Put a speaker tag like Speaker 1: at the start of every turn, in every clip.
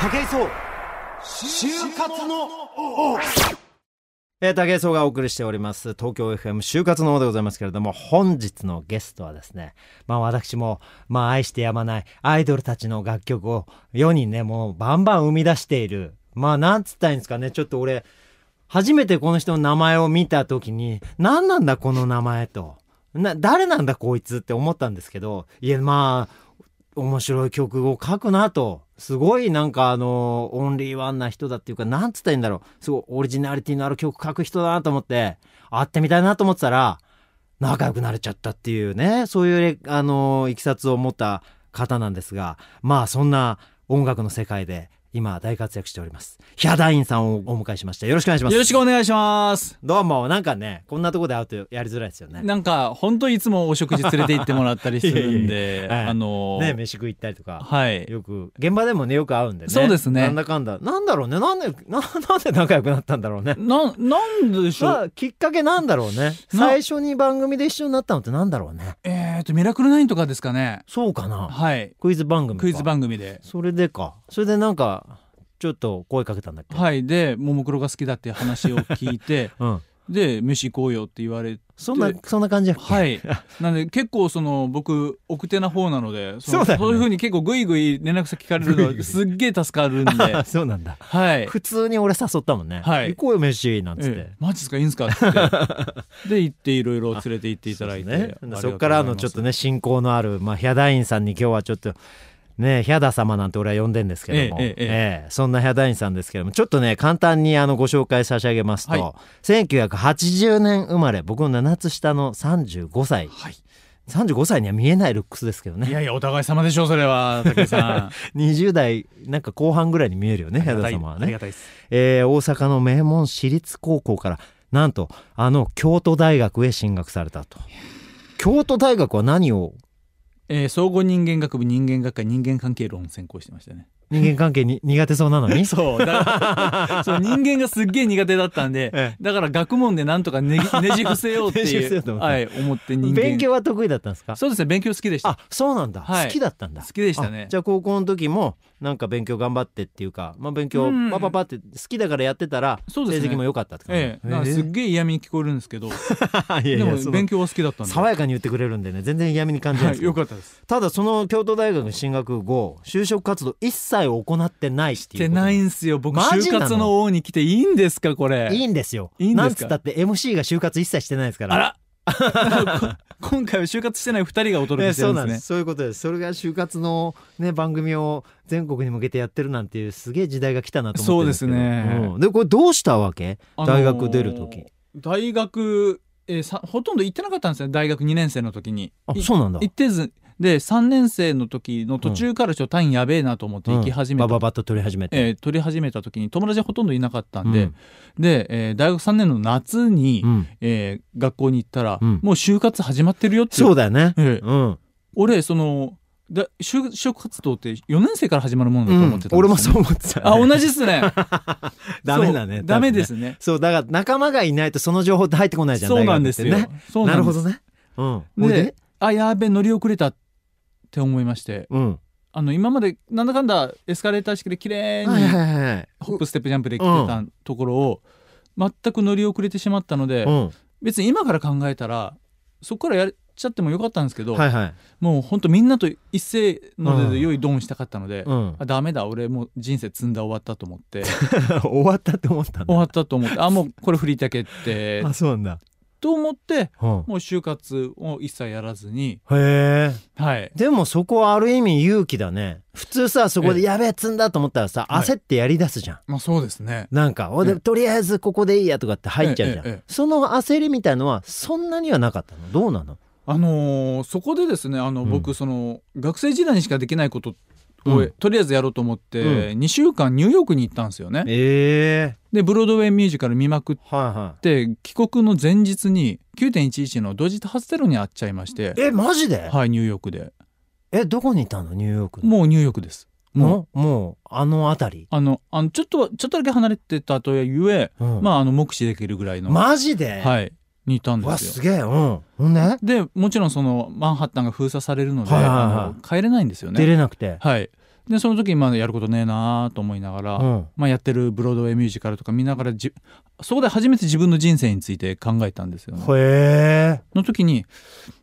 Speaker 1: 武井壮就活の王えー、武井壮がお送りしております東京 FM 就活の王でございますけれども本日のゲストはですねまあ私もまあ愛してやまないアイドルたちの楽曲を世にねもうバンバン生み出しているまあなんつったらいいんですかねちょっと俺初めてこの人の名前を見た時に何なんだこの名前とな誰なんだこいつって思ったんですけどいやまあ面白い曲を書くなとすごいなんかあのオンリーワンな人だっていうかなんつったらいいんだろうすごいオリジナリティのある曲書く人だなと思って会ってみたいなと思ってたら仲良くなれちゃったっていうねそういうあのいきさつを持った方なんですがまあそんな音楽の世界で今大活躍しておりますヒャダインさんをお迎えしましたよろしくお願いします
Speaker 2: よろしくお願いします。
Speaker 1: どうもなんかねこんなとこで会うとやりづらいですよね
Speaker 2: なんか本当いつもお食事連れて行ってもらったりするん
Speaker 1: いえいえいえ
Speaker 2: で、
Speaker 1: はい
Speaker 2: あの
Speaker 1: ね飯食い行ったりとか
Speaker 2: はい。
Speaker 1: よく現場でもねよく会うんでね
Speaker 2: そうですね
Speaker 1: なんだかんだなんだろうねなんでななんで仲良くなったんだろうね
Speaker 2: ななんでしょう。
Speaker 1: まあきっかけなんだろうね
Speaker 2: な
Speaker 1: 最初に番組で一緒になったのってなんだろうね
Speaker 2: えっ、とミラクルナインとかですかね。
Speaker 1: そうかな
Speaker 2: はい。
Speaker 1: クイズ番組か
Speaker 2: クイズ番組で。
Speaker 1: それでかそれでなんかちょっと声かけたんだっけ、
Speaker 2: はい。でももクロが好きだっていう話を聞 いて
Speaker 1: うん
Speaker 2: で飯行こうよって言われて。
Speaker 1: そんなそんな感じやっけ
Speaker 2: はい、なんで結構その僕奥手な方なのでの
Speaker 1: そうだよね
Speaker 2: いうふうに結構グイグイ連絡先聞かれ
Speaker 1: グイ
Speaker 2: る
Speaker 1: グイ
Speaker 2: のすっげえ助かるんで
Speaker 1: そうなんだ
Speaker 2: はい
Speaker 1: 普通に俺誘ったもんね、
Speaker 2: はい
Speaker 1: 行こうよ飯なんつって、
Speaker 2: ええマジですかいいんですか って。で行っていろいろ連れて行っていただいて。
Speaker 1: そうですね、
Speaker 2: ありがとうございます
Speaker 1: そこからあのちょっと。ね親交のある、まあ、ヒャダインさんに今日はちょっとねヒャダ様なんて俺は呼んでんですけども、
Speaker 2: ええええ
Speaker 1: ええそんなヒャダインさんですけどもちょっとね簡単にあのご紹介差し上げますと、
Speaker 2: は
Speaker 1: 1980年生まれ僕の7つ下の35歳
Speaker 2: はい。
Speaker 1: 35歳には見えないルックスですけど
Speaker 2: い
Speaker 1: ね
Speaker 2: やいやお互い様でしょうそれは武井さん。
Speaker 1: 20代なんか後半ぐ らいに見えるよねヒャダ様は
Speaker 2: あり
Speaker 1: ね
Speaker 2: が、たいです。
Speaker 1: ええ大阪の名門私立高校からなんとあの京都大学へ進学されたと京都大学は何を
Speaker 2: えー、総合人間学部人間学科人間関係論を専攻してまし たね。
Speaker 1: 人間関係 に苦手そうなのに
Speaker 2: そうだそう人間がすっげえ苦手だったんで、
Speaker 1: え
Speaker 2: だから学問でなんとかね ぎねじ伏せようって
Speaker 1: ねじ伏せ
Speaker 2: い
Speaker 1: ようと
Speaker 2: う
Speaker 1: 思って
Speaker 2: はい思って人間
Speaker 1: 勉強は得意だったんですか
Speaker 2: そうですね勉強好きでした。
Speaker 1: あそうなんだ、
Speaker 2: はい
Speaker 1: 好きだったんだ
Speaker 2: 好きでしたね
Speaker 1: あじゃあ高校の時もなんか勉強頑張ってっていうか、まあ、勉強
Speaker 2: うん
Speaker 1: パパパって好きだからやってたら成
Speaker 2: そうですね
Speaker 1: 績も良かったって感じ、
Speaker 2: ええなんかすっげえ嫌味に聞こえるんですけど、
Speaker 1: いやい
Speaker 2: で
Speaker 1: や
Speaker 2: も
Speaker 1: その
Speaker 2: 勉強は好きだったんで。
Speaker 1: 爽やかに言ってくれるんでね全然嫌味に感じない
Speaker 2: は
Speaker 1: です
Speaker 2: い
Speaker 1: けど
Speaker 2: よかったです。
Speaker 1: ただその京都大学に進学後就職活動一切行ってないって
Speaker 2: っ
Speaker 1: いう
Speaker 2: て
Speaker 1: こと
Speaker 2: ない
Speaker 1: い
Speaker 2: んすよ僕
Speaker 1: マジなの
Speaker 2: 就活の王に来ていいんですかこれ
Speaker 1: んですよ
Speaker 2: いいんですか
Speaker 1: なんつったって MC が就活一切してないですから
Speaker 2: あら 今回は就活してない2人がお届
Speaker 1: え
Speaker 2: け
Speaker 1: え
Speaker 2: して
Speaker 1: そ
Speaker 2: る
Speaker 1: うんな
Speaker 2: で
Speaker 1: ん
Speaker 2: す
Speaker 1: で
Speaker 2: ね
Speaker 1: すそういうことですそれが就活の、ね、番組を全国に向けてやってるなんていうすげえ時代が来たなと思ってるんですけど
Speaker 2: そうですね
Speaker 1: うんでこれどうしたわけ
Speaker 2: あのー
Speaker 1: 大学出る時、
Speaker 2: 大学、えーさほとんど行ってなかったんですね大学2年生の時に
Speaker 1: あ
Speaker 2: い
Speaker 1: そうなんだ
Speaker 2: 行ってずで3年生の時の途中からちょっと単位やべえなと思って行き始めた、
Speaker 1: うんバババッと取り始めて、
Speaker 2: えー取り始めた時に友達ほとんどいなかったんで、
Speaker 1: うん
Speaker 2: で、えー大学3年の夏に、
Speaker 1: うん
Speaker 2: えー学校に行ったら、
Speaker 1: うん
Speaker 2: もう就活始まってるよっていう
Speaker 1: そうだよね、
Speaker 2: ええ
Speaker 1: うん
Speaker 2: 俺そのだ就職活動って4年生から始まるものだと思ってたんですよね、
Speaker 1: 俺もそう思ってた、
Speaker 2: あ同じっすね
Speaker 1: ダメだね多
Speaker 2: そう
Speaker 1: 分
Speaker 2: ダメですね
Speaker 1: そうだから仲間がいないとその情報って入ってこないじゃん
Speaker 2: そうなんですよ、
Speaker 1: 大学ってね
Speaker 2: そう
Speaker 1: なる
Speaker 2: んで
Speaker 1: ほ
Speaker 2: す
Speaker 1: どねうん
Speaker 2: で
Speaker 1: ほいで
Speaker 2: あやべ乗り遅れたって思いまして
Speaker 1: うん
Speaker 2: あの今までなんだかんだエスカレーター式で綺麗
Speaker 1: はい
Speaker 2: に
Speaker 1: はいはいはい
Speaker 2: ホップステップジャンプで来てたところを全く乗り遅れてしまったので
Speaker 1: うん
Speaker 2: 別に今から考えたらそこからやっちゃってもよかったんですけど、
Speaker 1: はいはい
Speaker 2: もうほんとみんなと一斉の
Speaker 1: う
Speaker 2: で
Speaker 1: ん
Speaker 2: 良いドンしたかったので、
Speaker 1: うん
Speaker 2: あダメだ俺もう人生積んだ終わったと思って
Speaker 1: 終わったって思ったん
Speaker 2: 終
Speaker 1: だ
Speaker 2: わったと思ってあもうこれ振りだけって
Speaker 1: あそうなんだ、
Speaker 2: と思って
Speaker 1: うん、
Speaker 2: もう就活を一切やらずに
Speaker 1: へえ
Speaker 2: はい
Speaker 1: でもそこはある意味勇気だね普通さそこで
Speaker 2: え
Speaker 1: やべえ積んだと思ったらさ
Speaker 2: はい
Speaker 1: 焦ってやりだすじゃん、
Speaker 2: まあそうですね
Speaker 1: なんかおで
Speaker 2: ええ
Speaker 1: とりあえずここでいいやとかって入っちゃうじゃん、
Speaker 2: ええええ
Speaker 1: その焦りみたいのはそんなにはなかったのどうなの
Speaker 2: あのーそこでですねあの、
Speaker 1: うん
Speaker 2: 僕その学生時代にしかできないことを、
Speaker 1: うん
Speaker 2: とりあえずやろうと思って、
Speaker 1: う
Speaker 2: 2週間ニューヨークに行ったんですよね。
Speaker 1: ええ
Speaker 2: でブロードウェイミュージカル見まくっ
Speaker 1: はいは
Speaker 2: て帰国の前日に9.11の同時多発テロに遭っちゃいまして
Speaker 1: いえマジで
Speaker 2: はいニューヨークで
Speaker 1: えどこにいたのニューヨークの
Speaker 2: もうニューヨークです。もう
Speaker 1: もうもうあの辺り、
Speaker 2: あのあのちょっとはちょっとだけ離れてたとはいえ、
Speaker 1: うん
Speaker 2: まああの目視できるぐらいの、
Speaker 1: マジで、
Speaker 2: はいにいたん
Speaker 1: わ
Speaker 2: です
Speaker 1: す
Speaker 2: よ。
Speaker 1: げえうんほんで、
Speaker 2: でもちろんそのマンハッタンが封鎖されるので、
Speaker 1: はいはいはい
Speaker 2: あの帰れないんですよね。
Speaker 1: 出れなくて
Speaker 2: はい、でその時にまあやることねえなと思いながら、
Speaker 1: うん
Speaker 2: まあ、やってるブロードウェイミュージカルとか見ながらじそこで初めて自分の人生について考えたんですよね。
Speaker 1: へえ
Speaker 2: の時に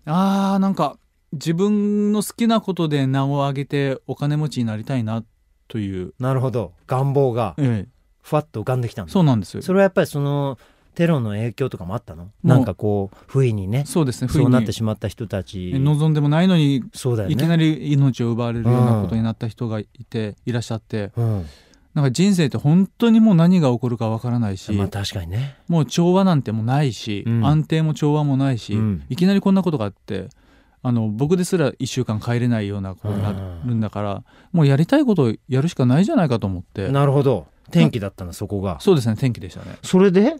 Speaker 2: あーなんか自分の好きなことで名を上げてお金持ちになりたいなという、
Speaker 1: なるほど願望が
Speaker 2: ええ、
Speaker 1: ふわっと浮かんできたんだ
Speaker 2: そうなんですよ。
Speaker 1: それはやっぱりそのテロの影響とかもあったの
Speaker 2: う
Speaker 1: なんかこう不意にね
Speaker 2: そうですね不意
Speaker 1: そう
Speaker 2: に
Speaker 1: なってしまった人たち
Speaker 2: 望んでもないのに
Speaker 1: そうだよ
Speaker 2: いき
Speaker 1: ね
Speaker 2: なり命を奪われるようなことになった人がいて、いらっしゃって
Speaker 1: うん
Speaker 2: なんか人生って本当にもう何が起こるかわからないし、
Speaker 1: まあ確かにね
Speaker 2: もう調和なんてもうないし、
Speaker 1: うん
Speaker 2: 安定も調和もないし、
Speaker 1: うん
Speaker 2: いきなりこんなことがあってあの僕ですら1週間帰れないようなことになるんだから、もうやりたいことをやるしかないじゃないかと思って
Speaker 1: なるほど天気だったのそこが
Speaker 2: そうですね天気でしたね。
Speaker 1: それで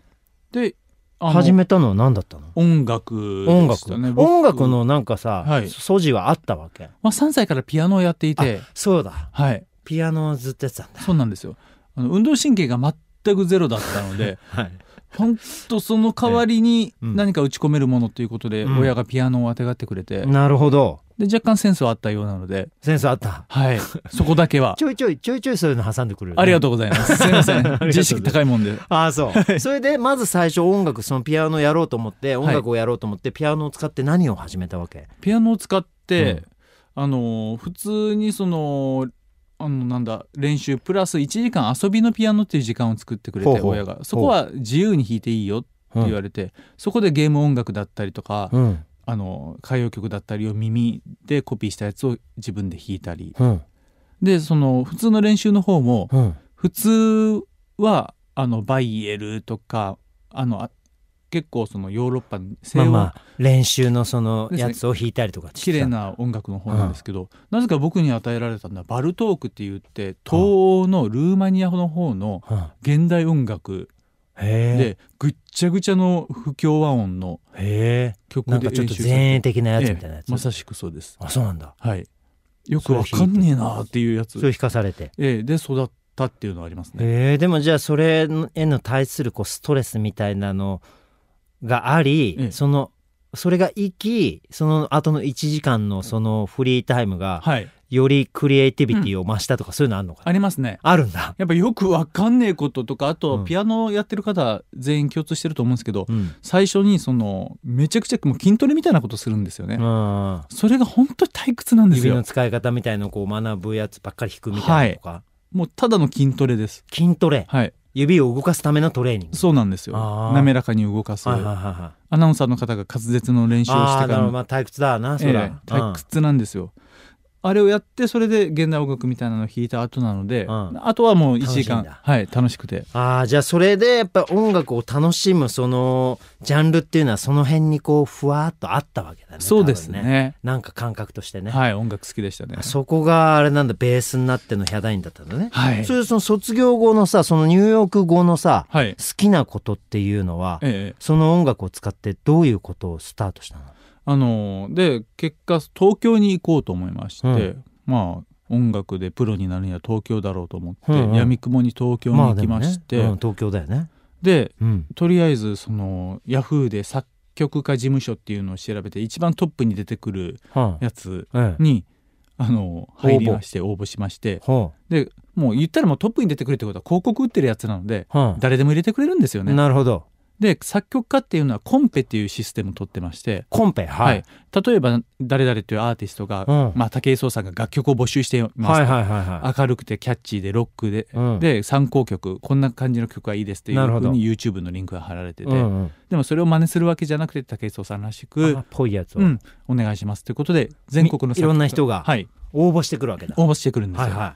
Speaker 2: であの
Speaker 1: 始めたのは何だったの
Speaker 2: 音楽
Speaker 1: 音
Speaker 2: でし
Speaker 1: 楽
Speaker 2: たね僕
Speaker 1: 音楽のなんかさ、
Speaker 2: はい
Speaker 1: 素地はあったわけ
Speaker 2: まあ、3歳からピアノをやっていて、
Speaker 1: そうだ
Speaker 2: はい、
Speaker 1: ピアノをずっとやってたんだ
Speaker 2: そうなんですよあの運動神経が全くゼロだった ので
Speaker 1: はい
Speaker 2: 本当その代わりに
Speaker 1: ええうん
Speaker 2: 何か打ち込めるものということで
Speaker 1: うん
Speaker 2: 親がピアノをあてがってくれて、
Speaker 1: なるほど
Speaker 2: で若干センスはあったようなので、
Speaker 1: センスあった
Speaker 2: はい、そこだけは
Speaker 1: ちょいちょいちょいちょいそういうの挟んでくるよね、
Speaker 2: ありがとうござ います。すいませ
Speaker 1: ありがとうご
Speaker 2: ん
Speaker 1: ざい。ます
Speaker 2: 自意識高いもんで。
Speaker 1: ああそうそれでまず最初音楽そのピアノやろうと思って
Speaker 2: い
Speaker 1: 音楽をやろうと思って、ピアノを使って何を始めたわけ
Speaker 2: ピアノを使って、
Speaker 1: うん
Speaker 2: あのー普通にそのあのなんだ練習プラス1時間遊びのピアノっていう時間を作ってくれて
Speaker 1: ほうほう
Speaker 2: 親がそこは自由に弾いていいよって
Speaker 1: うん
Speaker 2: 言われて、そこでゲーム音楽だったりとか、
Speaker 1: うん
Speaker 2: あの歌謡曲だったりを耳でコピーしたやつを自分で弾いたり
Speaker 1: うん
Speaker 2: でその普通の練習の方も
Speaker 1: うん
Speaker 2: 普通はあのバイエルとかあのあ結構そのヨーロッパの西
Speaker 1: まあ
Speaker 2: 洋
Speaker 1: まあ練習のその
Speaker 2: ですね
Speaker 1: やつを弾いたりとかしてた
Speaker 2: 綺麗な音楽の方なんですけど、なぜか僕に与えられたのはバルトークって言って東欧のルーマニアの方の
Speaker 1: うん
Speaker 2: 現代音楽
Speaker 1: へ
Speaker 2: でぐっちゃぐちゃの不協和音の
Speaker 1: えへえ
Speaker 2: 曲
Speaker 1: なん
Speaker 2: で
Speaker 1: かちょっ
Speaker 2: 練
Speaker 1: と
Speaker 2: 習
Speaker 1: 前衛的なやつみたいなや
Speaker 2: え
Speaker 1: つ、
Speaker 2: えまさしくそうです
Speaker 1: あそうなんだ
Speaker 2: はいよくわかんねえなっていうやつ
Speaker 1: それを弾かされて
Speaker 2: ええで育ったっていうのはありますね
Speaker 1: えー、でもじゃあそれへの対するこうストレスみたいなのがあり、
Speaker 2: ええ
Speaker 1: そのそれが生きその後の1時間のそのフリータイムが
Speaker 2: はい
Speaker 1: よりクリエイティビティを増したとかそういうのあるのかな、
Speaker 2: ありますね
Speaker 1: あるんだ、
Speaker 2: やっぱよくわかんねえこととかあ
Speaker 1: う
Speaker 2: と
Speaker 1: ん
Speaker 2: ピアノやってる方全員共通してると思うんですけど
Speaker 1: うん
Speaker 2: 最初にそのめちゃくちゃもう筋トレみたいなことするんですよね
Speaker 1: うん、
Speaker 2: それが本当に退屈なんです
Speaker 1: 指の
Speaker 2: よ。
Speaker 1: 使い方みたいのをこう学ぶやつばっかり弾くみたいなのとか、
Speaker 2: もうただの筋トレです。
Speaker 1: 筋トレ
Speaker 2: はい、
Speaker 1: 指を動かすためのトレーニング
Speaker 2: そうなんですよ
Speaker 1: あー。
Speaker 2: 滑らかに動かす。
Speaker 1: はいはいはいはい
Speaker 2: アナウンサーの方が滑舌の練習をし
Speaker 1: あ
Speaker 2: て
Speaker 1: あな
Speaker 2: か
Speaker 1: る
Speaker 2: ら
Speaker 1: ほど
Speaker 2: の、
Speaker 1: まあ退屈だなそら、
Speaker 2: ええ退屈なんですよ。あれをやってそれで現代音楽みたいなのを弾いた後なので、
Speaker 1: うん
Speaker 2: あとはもう1時
Speaker 1: 楽
Speaker 2: 間
Speaker 1: しいんだ
Speaker 2: はい楽しくて
Speaker 1: ああじゃあそれでやっぱ音楽を楽しむそのジャンルっていうのはその辺にこうふわっとあったわけだね
Speaker 2: そうですね
Speaker 1: 多分なんか感覚としてね、
Speaker 2: はい音楽好きでしたね
Speaker 1: そこがあれなんだベースになってのヒャダインだったんだね、
Speaker 2: はい
Speaker 1: そういうその卒業後のさそのニューヨーク後のさ
Speaker 2: はいえ
Speaker 1: 好きなことっていうのは
Speaker 2: え
Speaker 1: その音楽を使ってどういうことをスタートしたの
Speaker 2: あのーで結果東京に行こうと思いまして、
Speaker 1: うん
Speaker 2: まあ音楽でプロになるには東京だろうと思って、
Speaker 1: うんうん
Speaker 2: やみくもに東京に行きまし
Speaker 1: あ
Speaker 2: て、
Speaker 1: でもねうん、東京だよね
Speaker 2: で
Speaker 1: うん
Speaker 2: とりあえずそのヤフーで作曲家事務所っていうのを調べて一番トップに出てくる
Speaker 1: はあ
Speaker 2: やつ
Speaker 1: ええ
Speaker 2: にあの
Speaker 1: 応募
Speaker 2: 入りまして応募しまして
Speaker 1: は
Speaker 2: でもう言ったらもうトップに出てくるってことは広告打ってるやつなので
Speaker 1: あはあ
Speaker 2: 誰でも入れてくれるんですよね。
Speaker 1: なるほど
Speaker 2: で作曲家っていうのはコンペっていうシステムを取ってまして、
Speaker 1: コンペはい、
Speaker 2: 例えば誰々というアーティストが、
Speaker 1: うん
Speaker 2: まあ、武井壮さんが楽曲を募集していま
Speaker 1: はい
Speaker 2: す、
Speaker 1: はいはいは
Speaker 2: 明るくてキャッチーでロックで。
Speaker 1: い、うん、
Speaker 2: で参考曲こんな感じの曲がいいですっていう
Speaker 1: なるほ
Speaker 2: ふ
Speaker 1: ど
Speaker 2: うに YouTube のリンクが貼られてて、
Speaker 1: うんうん
Speaker 2: でもそれを真似するわけじゃなくて武井壮さんらしく
Speaker 1: あっぽいやつを、
Speaker 2: うん、お願いしますということで全国の
Speaker 1: いろんな人が
Speaker 2: はい、
Speaker 1: 応募してくるわけだ。
Speaker 2: 応募してくるんですよ、
Speaker 1: はいは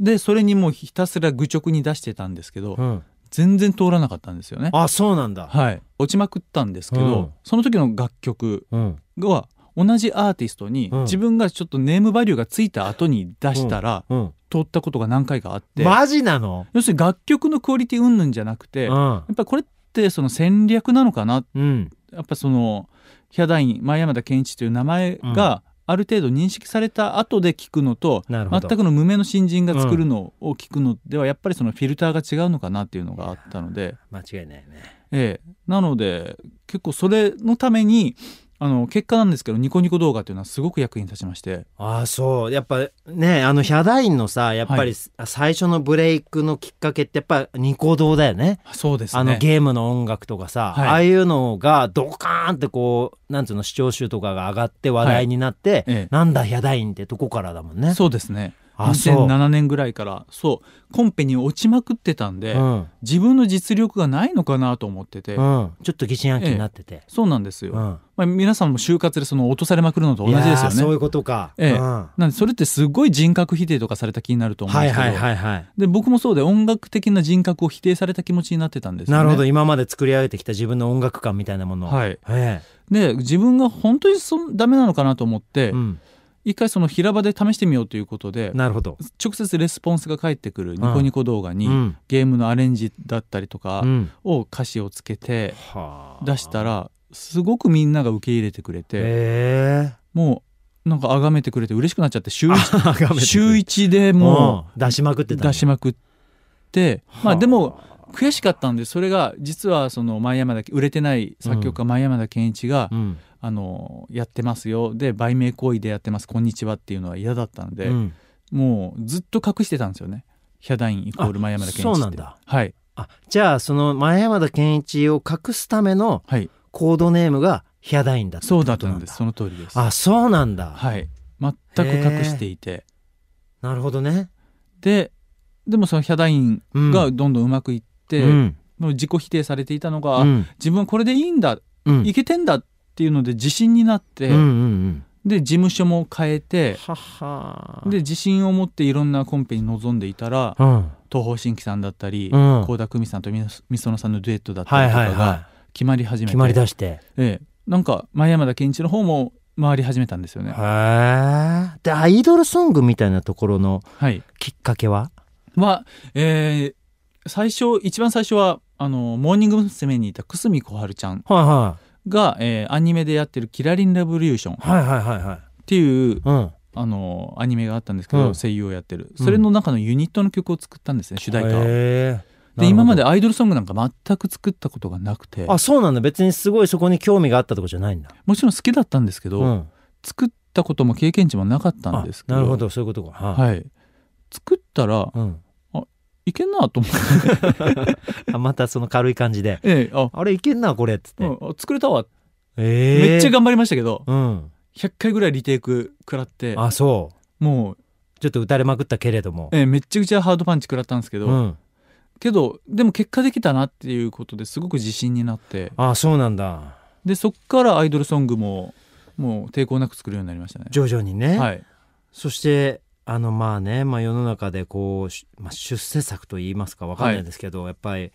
Speaker 2: でそれにもうひたすら愚直に出してたんですけど、
Speaker 1: い。うん、
Speaker 2: 全然通らなかったんですよね
Speaker 1: あそうなんだ。
Speaker 2: はい落ちまくったんですけど、
Speaker 1: うん
Speaker 2: その時の楽曲
Speaker 1: うん、
Speaker 2: は同じアーティストに
Speaker 1: うん
Speaker 2: 自分がちょっとネームバリューがついた後に出したら
Speaker 1: うん、
Speaker 2: 通ったことが何回かあって、
Speaker 1: マジなの、
Speaker 2: 要するに楽曲のクオリティ云々じゃなくて、
Speaker 1: う
Speaker 2: や
Speaker 1: ん
Speaker 2: っぱりこれってその戦略なのかな
Speaker 1: うん、
Speaker 2: やっぱそのヒャダイン前山田健一という名前がある程度認識された後で聞くのと、
Speaker 1: なるほ
Speaker 2: 全
Speaker 1: ど。
Speaker 2: くの無名の新人が作るのを聞くのではやっぱりそのフィルターが違うのかなっていうのがあったので、
Speaker 1: 間違いないね。
Speaker 2: ええ、なので結構それのためにあの結果なんですけどニコニコ動画っていうのはすごく役に立ちまして
Speaker 1: ああそうやっぱねあのヒャダインのさやっぱり最初のブレイクのきっかけってやっぱニコ動だよね
Speaker 2: そうですね
Speaker 1: あのゲームの音楽とかさ、
Speaker 2: はい
Speaker 1: ああいうのがドカーンってこうなんつうの視聴集とかが上がって話題になって、
Speaker 2: ええ
Speaker 1: なんだヒャダインってとこからだもんね。
Speaker 2: そうですね
Speaker 1: あそう
Speaker 2: 2007年ぐらいからそうコンペに落ちまくってたんで、
Speaker 1: うんうん、
Speaker 2: 自分の実力がないのかなと思ってて、
Speaker 1: ちょっと疑心暗鬼になってて。
Speaker 2: そうなんですよ、
Speaker 1: うん
Speaker 2: まあ、皆さんも就活でその落とされまくるのと同じで
Speaker 1: い
Speaker 2: す
Speaker 1: やー
Speaker 2: よ
Speaker 1: そうい
Speaker 2: ね
Speaker 1: うことか。
Speaker 2: ええ
Speaker 1: うん
Speaker 2: なんでそれってすごい人格否定とかされた気になると思うん
Speaker 1: は
Speaker 2: で
Speaker 1: い
Speaker 2: すけど、
Speaker 1: はいはいはい。
Speaker 2: で僕もそうで音楽的な人格を否定された気持ちになってたんですよ、
Speaker 1: な
Speaker 2: ね、
Speaker 1: るほど今まで作り上げてきた自分の音楽感みたいなものを。
Speaker 2: はい、
Speaker 1: え
Speaker 2: で自分が本当にそのダメなのかなと思って、
Speaker 1: えうん、
Speaker 2: 一回その平場で試してみようということで
Speaker 1: なるほど。
Speaker 2: 直接レスポンスが返ってくるニコニコ動画に、
Speaker 1: うん
Speaker 2: ゲームのアレンジだったりとか
Speaker 1: うん
Speaker 2: を歌詞をつけて
Speaker 1: はあ
Speaker 2: 出したらすごくみんなが受け入れてくれて
Speaker 1: え
Speaker 2: もうなんか崇めてくれて嬉しくなっちゃって週
Speaker 1: え
Speaker 2: 1
Speaker 1: あがめて
Speaker 2: 週一でも
Speaker 1: うん出しまくっ
Speaker 2: う
Speaker 1: てたんだ
Speaker 2: 出しまくって
Speaker 1: はあ
Speaker 2: まあでも悔しかったんでそれが実はその前山田売れてない作曲家前山田健一が
Speaker 1: うん
Speaker 2: 「あのやってますよ」で「売名行為でやってますこんにちは」っていうのは嫌だったんで
Speaker 1: うん
Speaker 2: もうずっと隠してたんですよねヒャダインイコール前山田健一
Speaker 1: あ
Speaker 2: っ
Speaker 1: そう
Speaker 2: て
Speaker 1: なんだ
Speaker 2: はい
Speaker 1: あじゃあその前山田健一を隠すための
Speaker 2: はい
Speaker 1: コードネームがヒャダインだったって
Speaker 2: そ
Speaker 1: こ
Speaker 2: う
Speaker 1: と
Speaker 2: だ
Speaker 1: な
Speaker 2: ったんですその通りです
Speaker 1: あそうなんだ、
Speaker 2: はい全く隠していて
Speaker 1: なるほどね
Speaker 2: ででもそのヒャダイン
Speaker 1: うん
Speaker 2: がどんどんうまくいって、
Speaker 1: うん
Speaker 2: もう自己否定されていたのが、
Speaker 1: うん
Speaker 2: 自分はこれでいいんだ、
Speaker 1: うん
Speaker 2: いけてんだっていうので自信になって、
Speaker 1: うんうん
Speaker 2: で事務所も変え
Speaker 1: うん
Speaker 2: て
Speaker 1: はは
Speaker 2: で自信を持っていろんなコンペに臨んでいたら
Speaker 1: うん
Speaker 2: 東方神起さんだったり
Speaker 1: う
Speaker 2: 倖、
Speaker 1: ん
Speaker 2: 田來未さんとみそみそのさんのデュエットだった
Speaker 1: はい
Speaker 2: りと
Speaker 1: は
Speaker 2: か
Speaker 1: い
Speaker 2: が
Speaker 1: は
Speaker 2: 決まり始
Speaker 1: い
Speaker 2: めて、
Speaker 1: 決まり出して
Speaker 2: ええなんか前山田健一の方も回り始めたんですよね。
Speaker 1: へえでアイドルソングみたいなところの
Speaker 2: はい、
Speaker 1: きっかけは
Speaker 2: は、えー最初一番最初はあのモーニング娘。にいた久住小春ちゃ
Speaker 1: は
Speaker 2: ん
Speaker 1: いは
Speaker 2: が、えーアニメでやってる「キラリン・レボリューション」っ
Speaker 1: いはいはいはいはい
Speaker 2: ていう、
Speaker 1: うん
Speaker 2: あのアニメがあったんですけど、
Speaker 1: うん
Speaker 2: 声優をやってる
Speaker 1: うん
Speaker 2: それの中のユニットの曲を作ったんですね、主題歌を
Speaker 1: へえ
Speaker 2: で今までアイドルソングなんか全く作ったことがなくて
Speaker 1: あそうなんだ別にすごいそこに興味があったとかじゃないんだ
Speaker 2: もちろん好きだったんですけど、
Speaker 1: うん
Speaker 2: 作ったことも経験値もなかったんですけど
Speaker 1: あなるほどそういうことかは
Speaker 2: はい、作ったら
Speaker 1: い、うん、
Speaker 2: いけんなと思って、
Speaker 1: あまたその軽い感じで
Speaker 2: ええあ
Speaker 1: あれいけんなこれっつって、
Speaker 2: うんあ作れたわ、
Speaker 1: ええ
Speaker 2: めっちゃ頑張りましたけど
Speaker 1: うん
Speaker 2: 100回ぐらいリテイク食らって
Speaker 1: あそう
Speaker 2: もう、
Speaker 1: ちょっと打たれまくったけれども、
Speaker 2: ええめっちゃくちゃハードパンチ食らったんですけど、
Speaker 1: うん、
Speaker 2: けどでも結果できたなっていうことですごく自信になって
Speaker 1: あそうなんだ
Speaker 2: でそっからアイドルソングももう抵抗なく作るようになりましたね。
Speaker 1: 徐々にね、
Speaker 2: はい、
Speaker 1: そしてあのまあね、まあ、世の中でこう、しまあ、出世作と言いますかわかんないですけど、やっぱり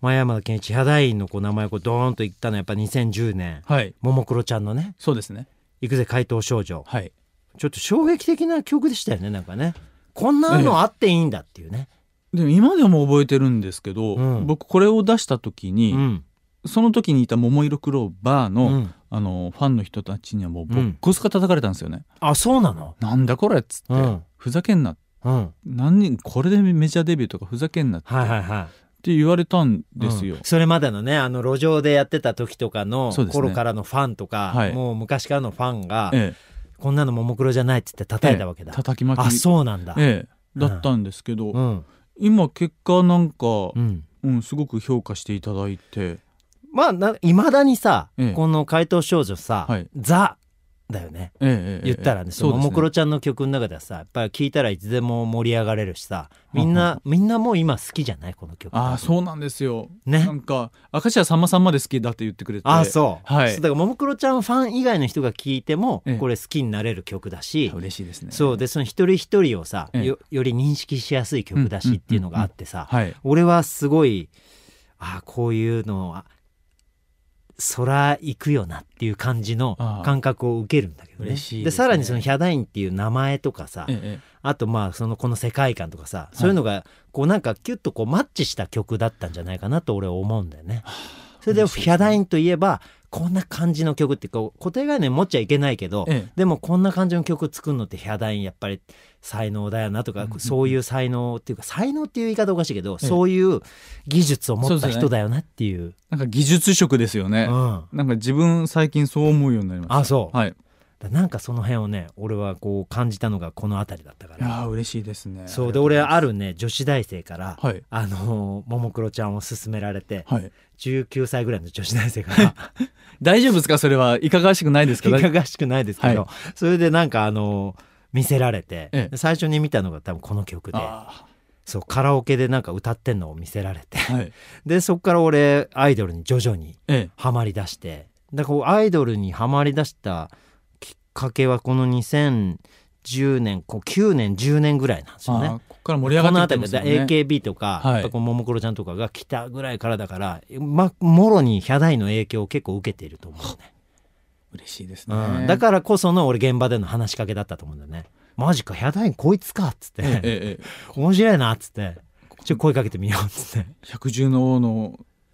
Speaker 1: 前山田健一ヒャダインのこう名前をこうドーンと言ったのはやっぱ2010年
Speaker 2: はい、
Speaker 1: ももクロちゃんのね
Speaker 2: そうですね、
Speaker 1: 「行くぜ怪盗少女」
Speaker 2: はい、
Speaker 1: ちょっと衝撃的な曲でしたよねなんかねこんなのあっていいんだっていうね、
Speaker 2: でも今でも覚えてるんですけど、
Speaker 1: うん
Speaker 2: 僕これを出した時に、
Speaker 1: うん
Speaker 2: その時にいた「桃色クローバーの」
Speaker 1: うん
Speaker 2: あのファンの人たちにはもうボッコスカ叩かれたんですよね。
Speaker 1: あそうなの
Speaker 2: なんだこれっつって、
Speaker 1: うん
Speaker 2: ふざけんな
Speaker 1: うん
Speaker 2: 何人これでメジャーデビューとかふざけんなって
Speaker 1: はいはいはい
Speaker 2: 言われたんですよ。
Speaker 1: うんそれまでのねあの路上でやってた時とかの
Speaker 2: そうですね
Speaker 1: 頃からのファンとか、
Speaker 2: はい
Speaker 1: もう昔からのファンが、
Speaker 2: ええ
Speaker 1: こんなのももクロじゃないっつって叩いたわけだ、
Speaker 2: 叩きまき
Speaker 1: あそうなんだ、
Speaker 2: ええ、だったんですけど、
Speaker 1: うん
Speaker 2: 今結果なんか、
Speaker 1: うん
Speaker 2: うん、すごく評価していただいて
Speaker 1: まあいまだにさ、
Speaker 2: ええ
Speaker 1: この怪盗少女さ、
Speaker 2: はい
Speaker 1: ザだよね
Speaker 2: えええ
Speaker 1: 言
Speaker 2: え
Speaker 1: ったらね、
Speaker 2: ええ
Speaker 1: そのももク
Speaker 2: う
Speaker 1: ロ
Speaker 2: で
Speaker 1: ちゃんの曲の中ではさやっぱり聞いたらいつでも盛り上がれるしさみんなみんなもう今好きじゃないこの曲
Speaker 2: すねああそうなんですよ、
Speaker 1: ね
Speaker 2: なんか明石家さんまさんまで好きだって言ってくれて
Speaker 1: あそう、
Speaker 2: はい
Speaker 1: そうだからももクロちゃんファン以外の人が聞いても
Speaker 2: ええ
Speaker 1: これ好きになれる曲だし、
Speaker 2: 嬉しいですね
Speaker 1: そうでその一人一人をさ、
Speaker 2: ええ
Speaker 1: よより認識しやすい曲だしっていうのがあってさ、
Speaker 2: はい
Speaker 1: 俺はすごいああこういうのは空行くよなっていう感じの
Speaker 2: ああ
Speaker 1: 感覚を受けるんだけどね
Speaker 2: 嬉しい
Speaker 1: で
Speaker 2: ですね
Speaker 1: さらにその「ヒャダイン」っていう名前とかさ、
Speaker 2: ええええ
Speaker 1: あとまあそのこの世界観とかさそういうのがこうなんかキュッとこうマッチした曲だったんじゃないかなと俺は思うんだよね。それで「
Speaker 2: 嬉しいですね
Speaker 1: ヒャダイン」といえばこんな感じの曲ってこう固定概念持っちゃいけないけど、
Speaker 2: ええ
Speaker 1: でもこんな感じの曲作るのってヒャダインやっぱり才能だよなとか、
Speaker 2: うんうんうん
Speaker 1: そういう才能っていうか才能っていう言い方おかしいけど、
Speaker 2: ええ
Speaker 1: そういう技術を持った
Speaker 2: そうですね
Speaker 1: 人だよなっていう。
Speaker 2: なんか技術職ですよね
Speaker 1: う、ん
Speaker 2: なんか自分最近そう思うようになりました
Speaker 1: あそう、
Speaker 2: はい
Speaker 1: なんかその辺をね俺はこう感じたのがこの辺りだったか
Speaker 2: いや
Speaker 1: ら
Speaker 2: ー嬉しいですね
Speaker 1: そうで俺あるね女子大生から、
Speaker 2: はい
Speaker 1: あのーももクロちゃんを勧められて
Speaker 2: はい
Speaker 1: 19歳ぐらいの女子大生 から
Speaker 2: 大丈夫ですかそれはいかがわしくないですか
Speaker 1: いかがわしくないですけど、
Speaker 2: は
Speaker 1: それでなんかあの見せられて、
Speaker 2: ええ
Speaker 1: 最初に見たのが多分この曲で
Speaker 2: あ
Speaker 1: そうカラオケでなんか歌ってんのを見せられて
Speaker 2: ーはい
Speaker 1: でそこから俺アイドルに徐々に
Speaker 2: ええ
Speaker 1: ハマりだしてだからこうアイドルにハマりだしたきっかけはこの2010年こう9年10年ぐらいなんですよ
Speaker 2: あ
Speaker 1: ね
Speaker 2: ー。ここから盛り上がってきてますよ
Speaker 1: この
Speaker 2: ね
Speaker 1: 辺りで AKB とか、
Speaker 2: はい
Speaker 1: やっぱこうももクロちゃんとかが来たぐらいからだから、ま、もろにヒャダインの影響を結構受けていると思うね。
Speaker 2: 嬉しいですね、
Speaker 1: うん、だからこその俺現場での話しかけだったと思うんだよね。マジか、ヒャダインこいつかっつって、
Speaker 2: えええええ
Speaker 1: 面白いなっつって、ちょっと声かけてみようっつって。
Speaker 2: え百獣の王の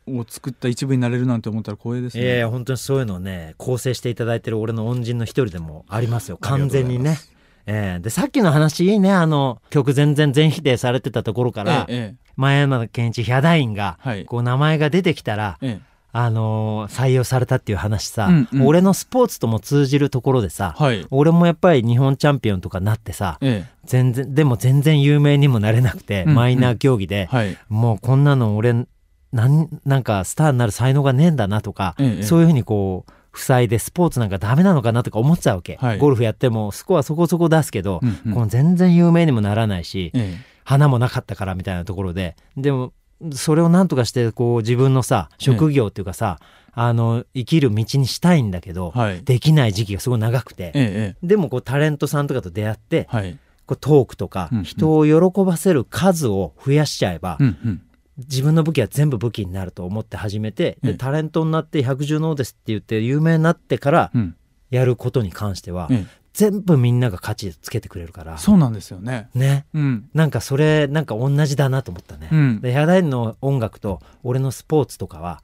Speaker 2: を作った一部になれるなんて思ったら光栄です
Speaker 1: い
Speaker 2: ね、
Speaker 1: やいや、本当にそういうのをね、構成していただいてる俺の恩人の一人でもありますよ、完全に
Speaker 2: ありがとうござい
Speaker 1: ね
Speaker 2: ます。
Speaker 1: ええで、さっきの話いいね、あの、曲全然全否定されてたところから、
Speaker 2: ええええ
Speaker 1: 前山健一ヒャダインが、
Speaker 2: はい
Speaker 1: こう名前が出てきたら、
Speaker 2: ええ
Speaker 1: あのー採用されたっていう話さ、
Speaker 2: うんうん
Speaker 1: 俺のスポーツとも通じるところでさ、
Speaker 2: はい
Speaker 1: 俺もやっぱり日本チャンピオンとかなってさ、
Speaker 2: え
Speaker 1: 全然、でも全然有名にもなれなくて、
Speaker 2: うん
Speaker 1: マイナー競技で
Speaker 2: え、はい
Speaker 1: もうこんなの俺、なん、なんかスターになる才能がねえんだなとか、
Speaker 2: ええ
Speaker 1: そういうふうにこう、塞いでスポーツなんかダメなのかなとか思っちゃうわけ。
Speaker 2: はい
Speaker 1: ゴルフやってもスコアそこそこ出すけど、
Speaker 2: うんうん
Speaker 1: この全然有名にもならないし、
Speaker 2: ええ
Speaker 1: 花もなかったからみたいなところででもそれをなんとかしてこう自分のさ職業っていうかさ、あの生きる道にしたいんだけど、
Speaker 2: はい
Speaker 1: できない時期がすごい長くて、
Speaker 2: ええええ
Speaker 1: でもこうタレントさんとかと出会って
Speaker 2: はい
Speaker 1: こうトークとか
Speaker 2: うんうん
Speaker 1: 人を喜ばせる数を増やしちゃえば、
Speaker 2: うんうん
Speaker 1: 自分の武器は全部武器になると思って始めて、
Speaker 2: え
Speaker 1: で
Speaker 2: え
Speaker 1: タレントになって百獣の王ですって言って有名になってから
Speaker 2: うん
Speaker 1: やることに関しては、
Speaker 2: ええ
Speaker 1: 全部みんなが価値つけてくれるから
Speaker 2: そうなんですよね
Speaker 1: ね
Speaker 2: うん
Speaker 1: なんかそれなんか同じだなと思ったね。
Speaker 2: うん
Speaker 1: でヒャダインの音楽と俺のスポーツとかは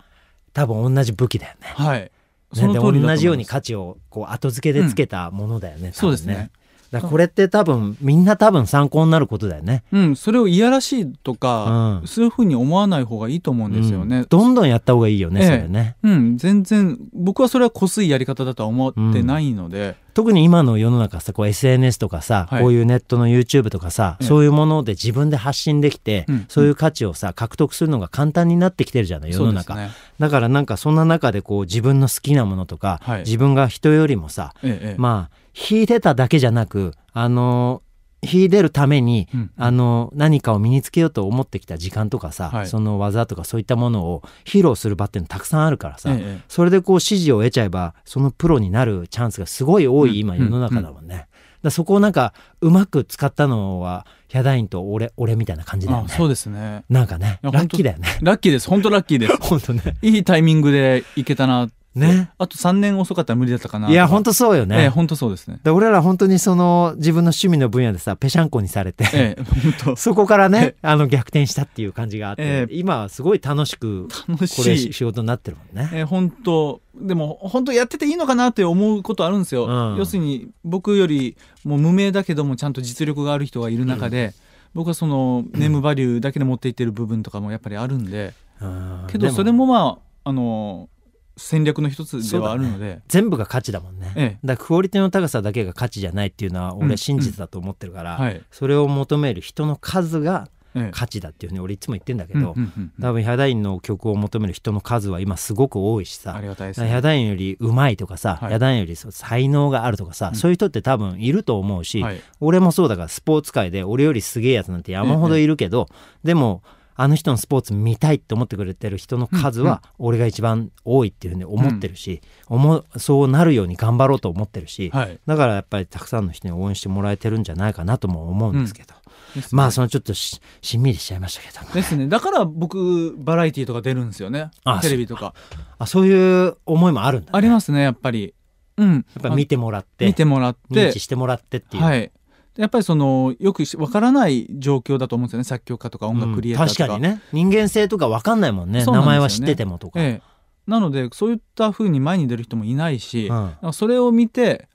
Speaker 1: 多分同じ武器だよね。
Speaker 2: はい
Speaker 1: ねで
Speaker 2: だと思いま
Speaker 1: 同
Speaker 2: す
Speaker 1: じように価値をこう後付けでつけたものだよね。多分
Speaker 2: そうですね。
Speaker 1: だからこれって多分みんな多分参考になることだよね。
Speaker 2: うん、それをいやらしいとか、
Speaker 1: うん
Speaker 2: そういうふうに思わない方がいいと思うんですよ
Speaker 1: う
Speaker 2: ね
Speaker 1: ん。どんどんやった方がいいよね、
Speaker 2: ええ
Speaker 1: それね。
Speaker 2: うん、全然僕はそれはこすいやり方だとは思ってないので、
Speaker 1: 特に今の世の中さ、こう SNS とかさ、
Speaker 2: はい
Speaker 1: こういうネットの YouTube とかさ、
Speaker 2: ええ
Speaker 1: そういうもので自分で発信できて、
Speaker 2: うん
Speaker 1: そういう価値をさ、獲得するのが簡単になってきてるじゃない、世
Speaker 2: そう
Speaker 1: の
Speaker 2: で
Speaker 1: 中
Speaker 2: す。ね。
Speaker 1: だからなんかそんな中でこう自分の好きなものとか、
Speaker 2: はい
Speaker 1: 自分が人よりもさ、
Speaker 2: ええええ
Speaker 1: まあ秀でただけじゃなくあの秀でるために、
Speaker 2: うん
Speaker 1: あの何かを身につけようと思ってきた時間とかさ、
Speaker 2: はい
Speaker 1: その技とかそういったものを披露する場っていうのたくさんあるからさ、
Speaker 2: ええええ
Speaker 1: それでこう支持を得ちゃえばそのプロになるチャンスがすごい多い今
Speaker 2: うん
Speaker 1: 世の中だもんね。だからそこをなんかうまく使ったのはヒャダインと俺俺みたいな感じだよ
Speaker 2: あ
Speaker 1: ね。
Speaker 2: そうですね。
Speaker 1: なんかね
Speaker 2: いや
Speaker 1: ラッキーだよ ね。
Speaker 2: ラッキーです。本当ラッキーです。
Speaker 1: 本当ね。
Speaker 2: いいタイミングでいけたな。
Speaker 1: ね。
Speaker 2: あと3年遅かったら無理だったかな。
Speaker 1: いや本
Speaker 2: 当
Speaker 1: 当そうよ
Speaker 2: ね。ええ、
Speaker 1: ね。。
Speaker 2: 本当そうですね
Speaker 1: で俺ら本当にその自分の趣味の分野でさぺしゃんこにされて、
Speaker 2: ええ、 本
Speaker 1: そ こからね、あの逆転したっていう感じがあって、
Speaker 2: ええ
Speaker 1: 今はすごい楽しく、
Speaker 2: 当楽
Speaker 1: これ
Speaker 2: しい。
Speaker 1: 仕事になってるもんね。
Speaker 2: えー本当でも本当やってていいのかなって思うことあるんですよ、
Speaker 1: うん
Speaker 2: 要するに僕よりもう無名だけどもちゃんと実力がある人がいる中で、僕はそのネームバリューだけで持っていってる部分とかもやっぱりあるんで
Speaker 1: うん
Speaker 2: け
Speaker 1: で
Speaker 2: どそれもまああの戦略の一つではあるので、
Speaker 1: 全部が価値だもんね。
Speaker 2: え
Speaker 1: だからクオリティの高さだけが価値じゃないっていうのは
Speaker 2: うん
Speaker 1: 俺は真実だと思ってるから、
Speaker 2: はい、
Speaker 1: それを求める人の数が
Speaker 2: ええ
Speaker 1: 価値だっていうふうに俺いつも言ってんだけ
Speaker 2: うんう
Speaker 1: ど、
Speaker 2: んうんうん
Speaker 1: 多分ヒャダインの曲を求める人の数は今すごく多いし
Speaker 2: あ
Speaker 1: さ。
Speaker 2: りがたいで
Speaker 1: だ
Speaker 2: す
Speaker 1: からヒ
Speaker 2: ね
Speaker 1: ャダインより上手いとかさ、
Speaker 2: はい
Speaker 1: ヒャダインよりそう才能があるとかさ、
Speaker 2: うん
Speaker 1: そういう人って多分いると思うし、
Speaker 2: はい
Speaker 1: 俺もそうだからスポーツ界で俺よりすげえやつなんて山ほどいるけど、でもあの人のスポーツ見たいって思ってくれてる人の数は俺が一番多いっていうふうに思ってるし、思うそうなるように頑張ろうと思ってるし、
Speaker 2: はい
Speaker 1: だからやっぱりたくさんの人に応援してもらえてるんじゃないかなとも思うんですけど、
Speaker 2: ですね
Speaker 1: まあそのちょっとししんみりしちゃいましたけども
Speaker 2: ですねだから僕バラエティーとか出るんですよね
Speaker 1: あ
Speaker 2: テレビとか
Speaker 1: あそういう思いもあるんだ、ね、
Speaker 2: ありますねやっぱりうん
Speaker 1: やっぱ見てもらって
Speaker 2: あ見てもらっ
Speaker 1: 認
Speaker 2: て
Speaker 1: 知してもらってっていう、
Speaker 2: はい、やっぱりそのよくしわからない状況だと思うんですよね作曲家とか音楽クリエイターとか,、
Speaker 1: うん確かにね人間性とか分かんないもんね
Speaker 2: そう
Speaker 1: 名
Speaker 2: なんですよね
Speaker 1: 前は知っててもとか、
Speaker 2: ええ、なのでそういった風に前に出る人もいないし、
Speaker 1: うん
Speaker 2: それを見て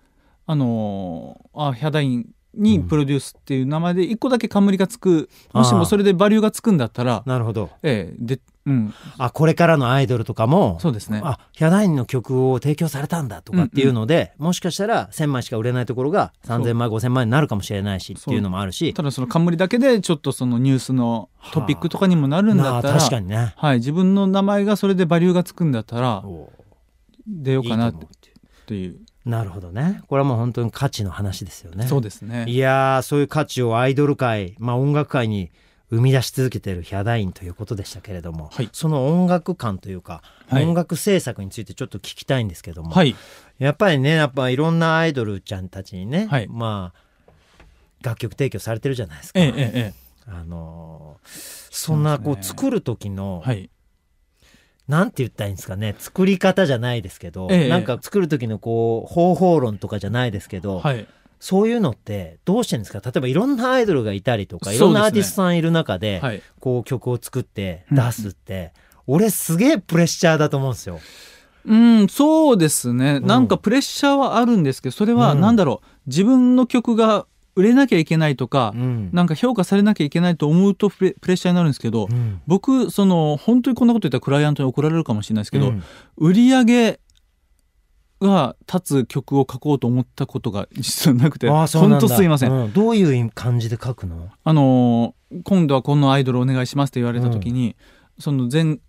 Speaker 2: あのーあヒャダインにプロデュースっていう名前で一個だけ冠がつくもしもそれでバリューがつくんだったら、
Speaker 1: なるほど
Speaker 2: ええでうん
Speaker 1: あこれからのアイドルとかも
Speaker 2: そうですね
Speaker 1: あヒャダインの曲を提供されたんだとかっていうので、もしかしたら1,000枚しか売れないところが3,000枚5,000枚になるかもしれないしっていうのもあるした
Speaker 2: だその冠だけでちょっとそのニュースのトピックとかにもなるんだ
Speaker 1: な
Speaker 2: っ
Speaker 1: あ
Speaker 2: たら、
Speaker 1: 確かにね
Speaker 2: はい、自分の名前がそれでバリューがつくんだったら
Speaker 1: お
Speaker 2: 出ようかなっ
Speaker 1: いいと思うってい
Speaker 2: ていう
Speaker 1: うなるほどねこれはもう本当に価値の話ですよね
Speaker 2: そうですね
Speaker 1: いやーそういう価値をアイドル界、まあ、音楽界に生み出し続けているヒャダインということでしたけれども、
Speaker 2: はい
Speaker 1: その音楽感というか、
Speaker 2: はい
Speaker 1: 音楽制作についてちょっと聞きたいんですけども、
Speaker 2: はい
Speaker 1: やっぱりねやっぱいろんなアイドルちゃんたちにね、
Speaker 2: はい
Speaker 1: まあ楽曲提供されてるじゃないですか。
Speaker 2: えええええ
Speaker 1: あのーそんなこ
Speaker 2: そう
Speaker 1: う
Speaker 2: ですね
Speaker 1: 作る時
Speaker 2: え
Speaker 1: の、
Speaker 2: はい
Speaker 1: なんて言ったらいいんですかね作り方じゃないですけど、
Speaker 2: ええ
Speaker 1: なんか作る時のこう方法論とかじゃないですけど、
Speaker 2: はい
Speaker 1: そういうのってどうしてるんですか例えばいろんなアイドルがいたりとか、
Speaker 2: そう
Speaker 1: い
Speaker 2: ですね
Speaker 1: ろんなアーティストさんいる中で、
Speaker 2: はい
Speaker 1: こう曲を作って出すって、俺すげえプレッシャーだと思うんですよ。
Speaker 2: うんそうですね、
Speaker 1: ん
Speaker 2: なんかプレッシャーはあるんですけどそれは
Speaker 1: うん
Speaker 2: なんだろう、自分の曲が売れなきゃいけないとか、
Speaker 1: ん
Speaker 2: なんか評価されなきゃいけないと思うとプレプレッシャーになるんですけど、
Speaker 1: うん
Speaker 2: 僕その本当にこんなこと言ったらクライアントに怒られるかもしれないですけど、
Speaker 1: うん
Speaker 2: 売り上げが立つ曲を書こうと思ったことが実はなくて
Speaker 1: ああそうなんだ
Speaker 2: 本当すいません、
Speaker 1: うどういう感じで書くの
Speaker 2: あのー今度はこのアイドルお願いしますって言われた時に、その前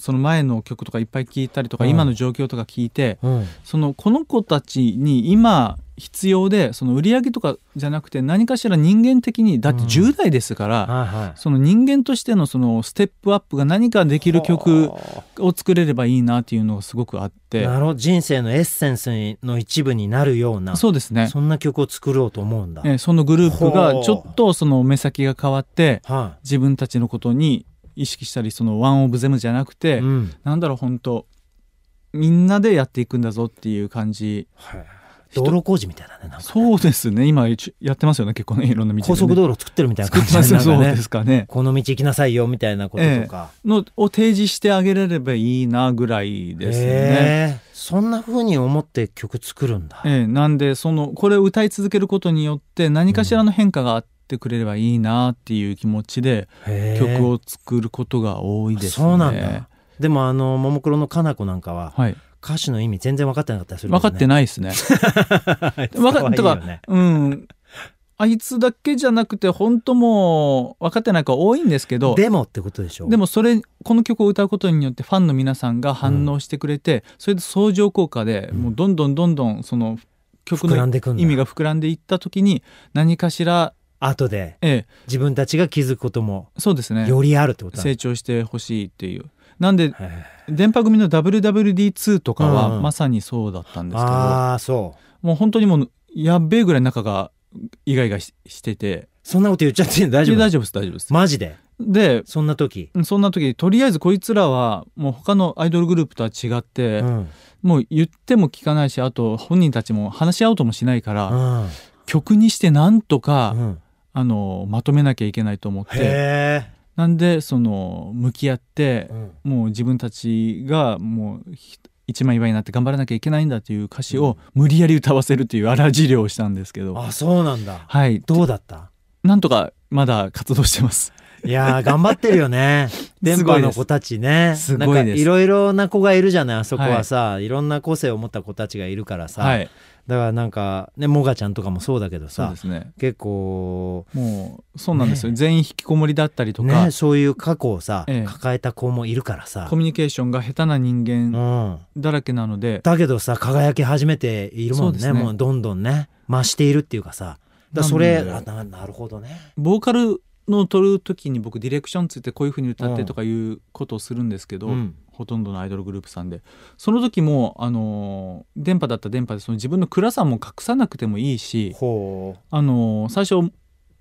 Speaker 2: その前の曲とかいっぱい聞いたりとか、
Speaker 1: うん
Speaker 2: 今の状況とか聞いて
Speaker 1: うん
Speaker 2: そのこの子たちに今必要でその売り上げとかじゃなくて何かしら人間的にだって
Speaker 1: うん
Speaker 2: 10代ですから、
Speaker 1: はいはい
Speaker 2: その人間としてのそのステップアップが何かできる曲を作れればいいなっていうのがすごくあって
Speaker 1: なるほど人生のエッセンスの一部になるような
Speaker 2: そうですね
Speaker 1: そんな曲を作ろうと思うんだ。
Speaker 2: えーそのグループ
Speaker 1: ほ
Speaker 2: が
Speaker 1: う
Speaker 2: ちょっとその目先が変わって
Speaker 1: は
Speaker 2: 自分たちのことに意識したりそのワンオブゼムじゃなく
Speaker 1: い
Speaker 2: て、
Speaker 1: うん
Speaker 2: なんだろう本当みんなでやっていくんだぞっていう感じ
Speaker 1: はい道路工事みたいだねなんか
Speaker 2: そうですね今一やってますよね結構ねいろんな道でね
Speaker 1: 高速道路作ってるみたいな
Speaker 2: 作っ
Speaker 1: 感
Speaker 2: て
Speaker 1: じ
Speaker 2: ますよ
Speaker 1: なん
Speaker 2: そう
Speaker 1: かね
Speaker 2: ですかね
Speaker 1: この道行きなさいよみたいなこととか。
Speaker 2: のを提示してあげれればいいなぐらいですね、
Speaker 1: へえそんな風に思って曲作るんだ。
Speaker 2: ええ、なんでそのこれを歌い続けることによって何かしらの変化があってくれればいいなっていう気持ちで
Speaker 1: へえ
Speaker 2: 曲を作ることが多いですね。
Speaker 1: そうなんだ。でもあのももクロのかな子なんかは
Speaker 2: はい、
Speaker 1: 歌詞の意味全然分かってなかったりするも
Speaker 2: 分
Speaker 1: ん
Speaker 2: かって
Speaker 1: ね。
Speaker 2: ないですね。
Speaker 1: 分
Speaker 2: 分かって
Speaker 1: か
Speaker 2: か、うん、あいつだけじゃなくて本当もう分かってない子多いんですけど。
Speaker 1: でもってことでしょ。
Speaker 2: でもそれこの曲を歌うことによってファンの皆さんが反応してくれて、それで相乗効果でもうどんどんどんどんその曲
Speaker 1: 膨ら
Speaker 2: の
Speaker 1: んでくんだ
Speaker 2: 意味が膨らんでいった時に何かしら、
Speaker 1: 後で
Speaker 2: ええ、
Speaker 1: 自分たちが気づくことも
Speaker 2: そうですね
Speaker 1: よりあるってことだね
Speaker 2: 成長してほしいっていうなんで
Speaker 1: へえ
Speaker 2: 電波組の WWD2 とか
Speaker 1: うんう
Speaker 2: は
Speaker 1: ん
Speaker 2: まさにそうだったんですけど、
Speaker 1: ああそう。
Speaker 2: もう本当にもうやっべえぐらい中がイガイガししてて
Speaker 1: そんなこと言っちゃっていいの大丈
Speaker 2: で
Speaker 1: 夫
Speaker 2: 大丈夫です大丈夫です、
Speaker 1: マジで
Speaker 2: で
Speaker 1: そんな時。
Speaker 2: そんな時とりあえずこいつらはもう他のアイドルグループとは違って、
Speaker 1: うん
Speaker 2: もう言っても聞かないしあと本人たちも話し合おうともしないから、
Speaker 1: うん
Speaker 2: 曲にしてなんとか、
Speaker 1: うん
Speaker 2: あのまとめなきゃいけないと思って
Speaker 1: へ
Speaker 2: なんでその向き合って
Speaker 1: え。うん
Speaker 2: もう自分たちがもうひ一枚岩になって頑張らなきゃいけないんだという歌詞を無理やり歌わせるという荒治療をしたんですけど、
Speaker 1: あそうなんだ。
Speaker 2: はい、
Speaker 1: どうだった
Speaker 2: なんとかまだ活動してます。
Speaker 1: いやー頑張ってるよ ね。電波の子たちね。
Speaker 2: すごいですすごい
Speaker 1: なん
Speaker 2: で
Speaker 1: か
Speaker 2: す
Speaker 1: いろいろな子がいるじゃない、あそこはさ、い、ろんな個性を持った子たちがいるからさ。
Speaker 2: はい、
Speaker 1: だからなんか、ね、モガちゃんとかもそうだけど
Speaker 2: そう
Speaker 1: さ
Speaker 2: で、すね。
Speaker 1: 結構、
Speaker 2: もうそうなんですよ、全員引きこもりだったりとか、
Speaker 1: ね、そういう過去をさ、
Speaker 2: ええ
Speaker 1: 抱えた子もいるからさ
Speaker 2: コ。ミュニケーションが下手な
Speaker 1: う
Speaker 2: 人間
Speaker 1: ん。
Speaker 2: だらけなので、
Speaker 1: だけどさ、輝き始めているもんね。
Speaker 2: そうですね
Speaker 1: もうどんどんね、増しているっていうかさ。だからそれ、
Speaker 2: な
Speaker 1: あ
Speaker 2: んで
Speaker 1: ななるほどね。
Speaker 2: ボーカルの撮る時に僕ディレクションついてこういう風に歌ってとかいうことをするんですけど、
Speaker 1: うん
Speaker 2: ほとんどのアイドルグループさんでその時も、あのー電波だった電波でその自分の暗さも隠さなくてもいいし、
Speaker 1: ほ
Speaker 2: あのー最初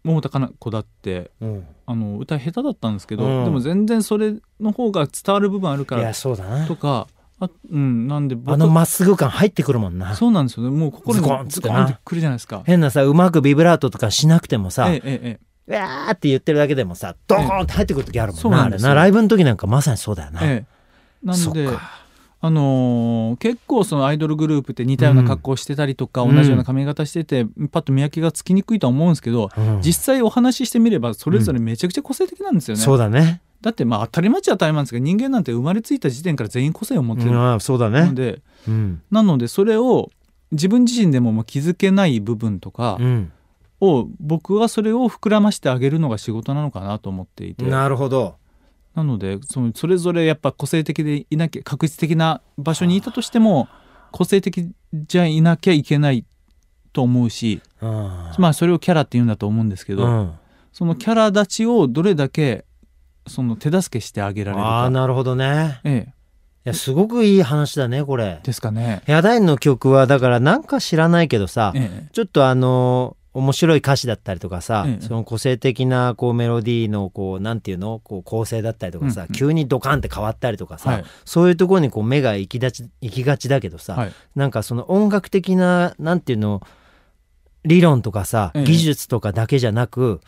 Speaker 2: 桃田かな子だって、
Speaker 1: う。うん。
Speaker 2: あのー歌下手だったんですけど、
Speaker 1: うん
Speaker 2: でも全然それの方が伝わる部分あるか
Speaker 1: い
Speaker 2: ら
Speaker 1: や、そうだな
Speaker 2: と。かあ、うん、なんで僕
Speaker 1: あのまっすぐ感入ってくるもんな。
Speaker 2: そうなんですよねもう心に
Speaker 1: ズ
Speaker 2: ズ
Speaker 1: コ
Speaker 2: コ
Speaker 1: ン
Speaker 2: ン
Speaker 1: ズ
Speaker 2: ズ
Speaker 1: コン
Speaker 2: コンってくるじゃないですか。
Speaker 1: 変なさうまくビブラートとかしなくてもさ
Speaker 2: えええええ
Speaker 1: 「うわ」って言ってるだけでもさドーンって入ってくる時あるもんな,、
Speaker 2: ええそうなん
Speaker 1: あれ
Speaker 2: ですよ
Speaker 1: なライブの時なんかまさにそうだよな、
Speaker 2: えええなん
Speaker 1: そっ
Speaker 2: で
Speaker 1: か
Speaker 2: あのー結構そのアイドルグループって似たような格好してたりとか、
Speaker 1: うん
Speaker 2: 同じような髪型しててパッと見分けがつきにくいとは思うんですけど、
Speaker 1: うん
Speaker 2: 実際お話ししてみればそれぞれめちゃくちゃ個性的なんですよね、
Speaker 1: そうだね。
Speaker 2: だってまあ当たり前っちゃ当たり前なんですけど人間なんて生まれついた時点から全員個性を持ってるの
Speaker 1: うん、そうだね。
Speaker 2: で、
Speaker 1: うん。
Speaker 2: なのでそれを自分自身でももう気づけない部分とか
Speaker 1: うん
Speaker 2: を僕はそれを膨らましてあげるのが仕事なのかなと思っていて
Speaker 1: なるほど。
Speaker 2: なのでそのそれぞれやっぱ個性的でいなきゃ確実的な場所にいたとしても個性的じゃいなきゃいけないと思うし
Speaker 1: うん
Speaker 2: まあそれをキャラって言うんだと思うんですけど、
Speaker 1: うん
Speaker 2: そのキャラ立ちをどれだけその手助けしてあげられる
Speaker 1: ああ、
Speaker 2: か、
Speaker 1: なるほどね。
Speaker 2: ええ、
Speaker 1: いや、すごくいい話だね、これ。
Speaker 2: ですかね。
Speaker 1: ヘアダインの曲は、だからなんか知らないけどさ、
Speaker 2: え
Speaker 1: ちょっとあのー面白い歌詞だったりとかさ、
Speaker 2: ええ
Speaker 1: その個性的なこうメロディーのこうなんていうのこう構成だったりとかさ、
Speaker 2: うんうん
Speaker 1: 急にドカンって変わったりとかさ、
Speaker 2: はい
Speaker 1: そういうところにこう目が行きだち行きがちだけど
Speaker 2: え
Speaker 1: さ、
Speaker 2: はい
Speaker 1: なんかその音楽的ななんていうの理論とかさ、
Speaker 2: ええ
Speaker 1: 技術とかだけじゃなく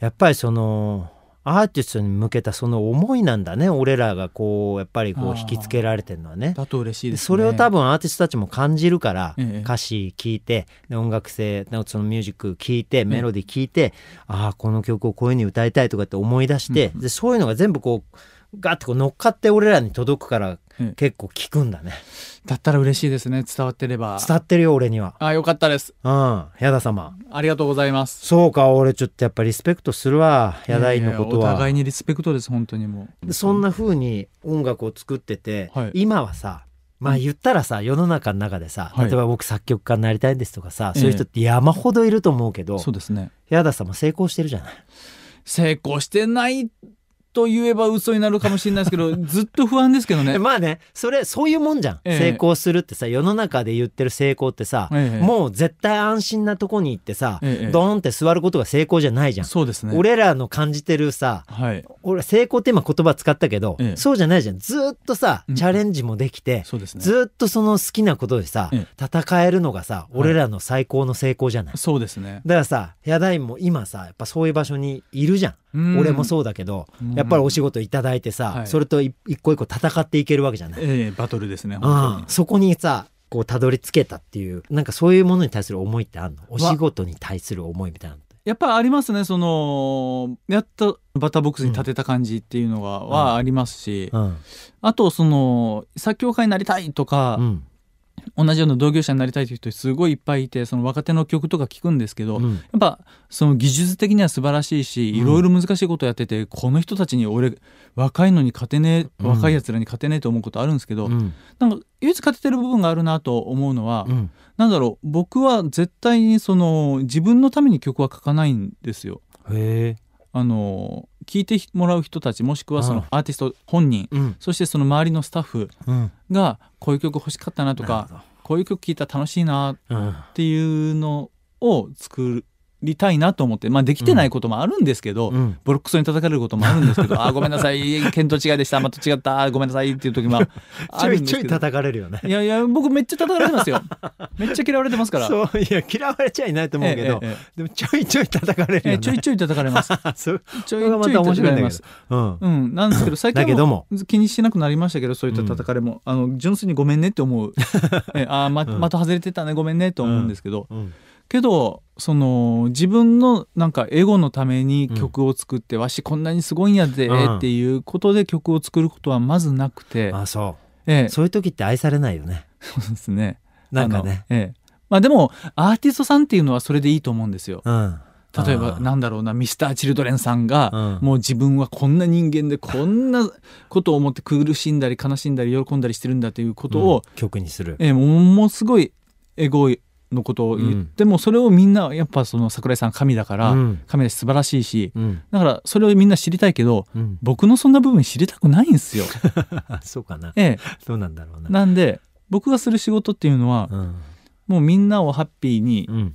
Speaker 1: やっぱりそのアーティストに向けたその思いなんだね俺らがこうやっぱりこ
Speaker 2: あ
Speaker 1: う
Speaker 2: ー
Speaker 1: 引きつけられてるのはね。
Speaker 2: だと嬉しいです、ね、
Speaker 1: それを多分アーティストたちも感じるから、
Speaker 2: ええ
Speaker 1: 歌詞聞いてで音楽性のそのミュージック聞いてメロディー聞いて、ああこの曲をこういうふうに歌いたいとかって思い出して、でそういうのが全部こうガッてこう乗っかって俺らに届くから
Speaker 2: ええ
Speaker 1: 結構聞くんだね
Speaker 2: だったら嬉しいですね伝わってれば
Speaker 1: 伝わってるよ俺には
Speaker 2: あよかったです
Speaker 1: うん矢田様
Speaker 2: ありがとうございます
Speaker 1: そうか俺ちょっとやっぱリスペクトするわ矢田院のこと
Speaker 2: いやいやお
Speaker 1: は
Speaker 2: 互いにリスペクトです本当にもう
Speaker 1: でそんな風に音楽を作ってて、
Speaker 2: はい
Speaker 1: 今はさまあ言ったらさ世の中の中でさ、
Speaker 2: はい
Speaker 1: 例えば僕作曲家になりたいんですとかさ、
Speaker 2: ええ
Speaker 1: そういう人って山ほどいると思うけど
Speaker 2: そうですね
Speaker 1: 矢田さんも成功してるじゃない
Speaker 2: 成功してないと言えば嘘になるかもしれないです けどずっと不安ですけどね
Speaker 1: えまあねそれそういうもんじゃん、
Speaker 2: ええ
Speaker 1: 成功するってさ世の中で言ってる成功ってさ、
Speaker 2: ええ
Speaker 1: もう絶対安心なとこに行ってさ、
Speaker 2: ええ
Speaker 1: ドーンって座ることが成功じゃないじゃん、
Speaker 2: そうですね
Speaker 1: 俺らの感じてるさ、
Speaker 2: はい
Speaker 1: 俺成功って今言葉使ったけど、
Speaker 2: ええ
Speaker 1: そうじゃないじゃんずーっとさ
Speaker 2: うん
Speaker 1: チャレンジもできて、
Speaker 2: そうですね
Speaker 1: ずーっとその好きなことでさ、
Speaker 2: え
Speaker 1: 戦えるのがさ俺らの最高の成功じゃない、
Speaker 2: そうですね
Speaker 1: だからさヘアダインも今さやっぱそういう場所にいるじゃん、
Speaker 2: うん
Speaker 1: 俺もそうだけど、
Speaker 2: うん
Speaker 1: やっぱりお仕事いただいてさ、
Speaker 2: はい
Speaker 1: それとい一個一個戦っていけるわけじゃない、
Speaker 2: ええバトルですね
Speaker 1: あ
Speaker 2: 本
Speaker 1: あそこにさこうたどり着けたっていうなんかそういうものに対する思いってあるのお仕事に対する思いみたいなのって
Speaker 2: やっぱありますねそのやっとバッターボックスに立てた感じっていうのは,、
Speaker 1: ん
Speaker 2: はありますし、
Speaker 1: うん
Speaker 2: あとその作曲家になりたいとか、
Speaker 1: うん
Speaker 2: 同じような同業者になりたいという人すごいいっぱいいてその若手の曲とか聞くんですけど、
Speaker 1: うん
Speaker 2: やっぱその技術的には素晴らしいし
Speaker 1: ん
Speaker 2: いろいろ難しいことやってて、この人たちに俺若いのに勝てねえ
Speaker 1: うん
Speaker 2: 若いやつらに勝てねえと思うことあるんですけど、
Speaker 1: うん
Speaker 2: なんか唯一勝ててる部分があるなと思うのは、
Speaker 1: うん
Speaker 2: なんだろう僕は絶対にその自分のために曲は書かないんですよ。
Speaker 1: へえ
Speaker 2: あの聞いてもらう人たちもしくはそ
Speaker 1: うん
Speaker 2: のアーティスト本人、
Speaker 1: うん
Speaker 2: そしてその周りのスタッフ
Speaker 1: うん
Speaker 2: がこういう曲欲しかったなとかこういう曲聴いたら楽しいな
Speaker 1: うん
Speaker 2: っていうのを作りたいなと思って、まあ、できてないこともあるんですけど、
Speaker 1: うん
Speaker 2: ボロクソに叩かれることもあるんで すけど「あーごめんなさい見当違いでしたまた違ったあーごめんなさい」っていう時もあ
Speaker 1: ちょ
Speaker 2: る
Speaker 1: い
Speaker 2: んで
Speaker 1: ちょ
Speaker 2: す
Speaker 1: い
Speaker 2: けど。
Speaker 1: 叩かれるよね。
Speaker 2: いやいや僕めっちゃ叩かれてま すよめっちゃ嫌われてますから
Speaker 1: そういや嫌われちゃいないと思うけど、
Speaker 2: ええええ
Speaker 1: でもちょいちょい叩かれる
Speaker 2: え
Speaker 1: よね。
Speaker 2: ーちょいちょい叩かれます
Speaker 1: そう そ
Speaker 2: ちょい
Speaker 1: れ
Speaker 2: ち
Speaker 1: が
Speaker 2: ょい
Speaker 1: また面
Speaker 2: 叩
Speaker 1: 白
Speaker 2: か
Speaker 1: いんだ
Speaker 2: れま
Speaker 1: け
Speaker 2: す
Speaker 1: ど。うん
Speaker 2: うんなんですけど最
Speaker 1: だ
Speaker 2: 近
Speaker 1: け
Speaker 2: は
Speaker 1: ど
Speaker 2: も
Speaker 1: も、
Speaker 2: 気にしなくなりましたけどそういった叩かれも、あの純粋に「ごめんね」って思う 「えあーま
Speaker 1: うん
Speaker 2: また外れてたねごめんね」と思うんですけど、
Speaker 1: うん
Speaker 2: けどその自分のなんかエゴのために曲を作って、わしこんなにすごいんやで、
Speaker 1: うん
Speaker 2: っていうことで曲を作ることはまずなくて、
Speaker 1: あそ
Speaker 2: ええ
Speaker 1: うそういう時って愛されないよね。
Speaker 2: そうですね。
Speaker 1: なんかね。
Speaker 2: あの。ええまあでもアーティストさんっていうのはそれでいいと思うんですよ。
Speaker 1: うん、
Speaker 2: 例えばなんだろうなミスターチルドレンさんが、
Speaker 1: うん
Speaker 2: もう自分はこんな人間でこんなことを思って苦しんだり悲しんだり喜んだりしてるんだということを、
Speaker 1: うん曲にする。
Speaker 2: ええもうもうすごいエゴのことを言っても、それをみんなやっぱその桜井さん神だから、
Speaker 1: うん
Speaker 2: 神だし素晴らしいし
Speaker 1: うん
Speaker 2: だからそれをみんな知りたいけど
Speaker 1: うん、
Speaker 2: 僕のそんな部分知りたくないんで すよ。
Speaker 1: あそうかな
Speaker 2: ええ、
Speaker 1: どうなんだろうな。
Speaker 2: なんで僕がする仕事っていうのは
Speaker 1: うん
Speaker 2: もうみんなをハッピーに
Speaker 1: うん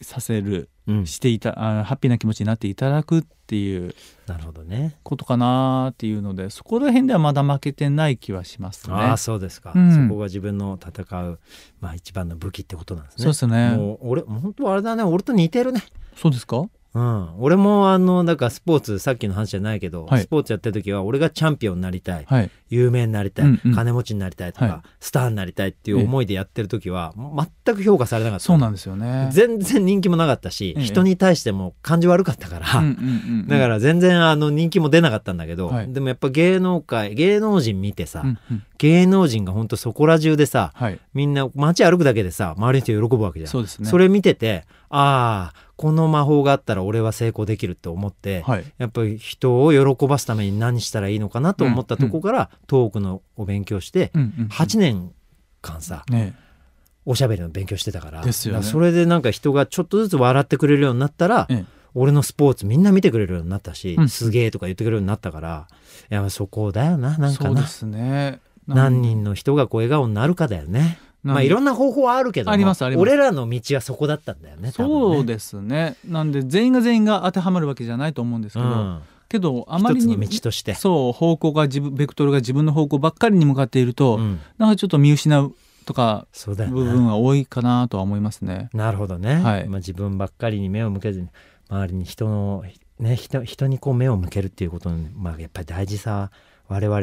Speaker 2: させる
Speaker 1: うん、
Speaker 2: していたあハッピーな気持ちになっていただくっていう
Speaker 1: なるほどね。
Speaker 2: ことかなっていうのでそこら辺ではまだ負けてない気はしますね。
Speaker 1: ああそうですか、
Speaker 2: うん
Speaker 1: そこが自分の戦う、まあ、一番の武器ってことなんですね。
Speaker 2: そうですね。
Speaker 1: もう俺本当あれだね俺と似てるね。
Speaker 2: そうですか
Speaker 1: うん、俺もあのだからスポーツさっきの話じゃないけど、
Speaker 2: はい
Speaker 1: スポーツやってる時は俺がチャンピオンになりたい、
Speaker 2: はい
Speaker 1: 有名になりたい、
Speaker 2: うんうん
Speaker 1: 金持ちになりたいとか、
Speaker 2: は
Speaker 1: スターになりたいっていう思いでやってる時は全く評価されなかった
Speaker 2: そうなんですよね
Speaker 1: 全然人気もなかったし、
Speaker 2: ええ
Speaker 1: 人に対しても感じ悪かったから、
Speaker 2: うんうんうんうん
Speaker 1: だから全然あの人気も出なかったんだけど、
Speaker 2: はい
Speaker 1: でもやっぱ芸能界芸能人見てさ、
Speaker 2: うんうん
Speaker 1: 芸能人がほんとそこら中でさ
Speaker 2: はい
Speaker 1: みんな街歩くだけでさ周りの人喜ぶわけじゃん
Speaker 2: そうですね
Speaker 1: それ見ててああこの魔法があったら俺は成功できると思って、
Speaker 2: はい
Speaker 1: やっぱり人を喜ばすために何したらいいのかなと思ったとこから、トークのお勉強して、
Speaker 2: うんうんうん
Speaker 1: 8年間さ
Speaker 2: ね
Speaker 1: おしゃべりの勉強してたから
Speaker 2: ですよ
Speaker 1: だ
Speaker 2: ね
Speaker 1: からそれでなんか人がちょっとずつ笑ってくれるようになったら、
Speaker 2: ええ
Speaker 1: 俺のスポーツみんな見てくれるようになったし、
Speaker 2: うん
Speaker 1: すげえとか言ってくれるようになったからいやそこだよななんか
Speaker 2: そうで
Speaker 1: な
Speaker 2: すね
Speaker 1: 何人の人がこう笑顔になるかだよね。まあいろんな方法はあるけども
Speaker 2: ありますあります
Speaker 1: 俺らの道はそこだったんだよね多分ね
Speaker 2: そうですねなんで全員が全員が当てはまるわけじゃないと思うんですけど、
Speaker 1: うん
Speaker 2: けどあまりに
Speaker 1: 一つの道として
Speaker 2: そう方向が自分ベクトルが自分の方向ばっかりに向かっていると、
Speaker 1: うん
Speaker 2: なんかちょっと見失うとか
Speaker 1: そうだ
Speaker 2: 部
Speaker 1: よ
Speaker 2: 分
Speaker 1: ね
Speaker 2: は多いかなとは思いますね。
Speaker 1: なるほどね、
Speaker 2: はい
Speaker 1: まあ、自分ばっかりに目を向けずに周りに人のね人人にこう目を向けるっていうことの、まあ、やっぱり大事さは我々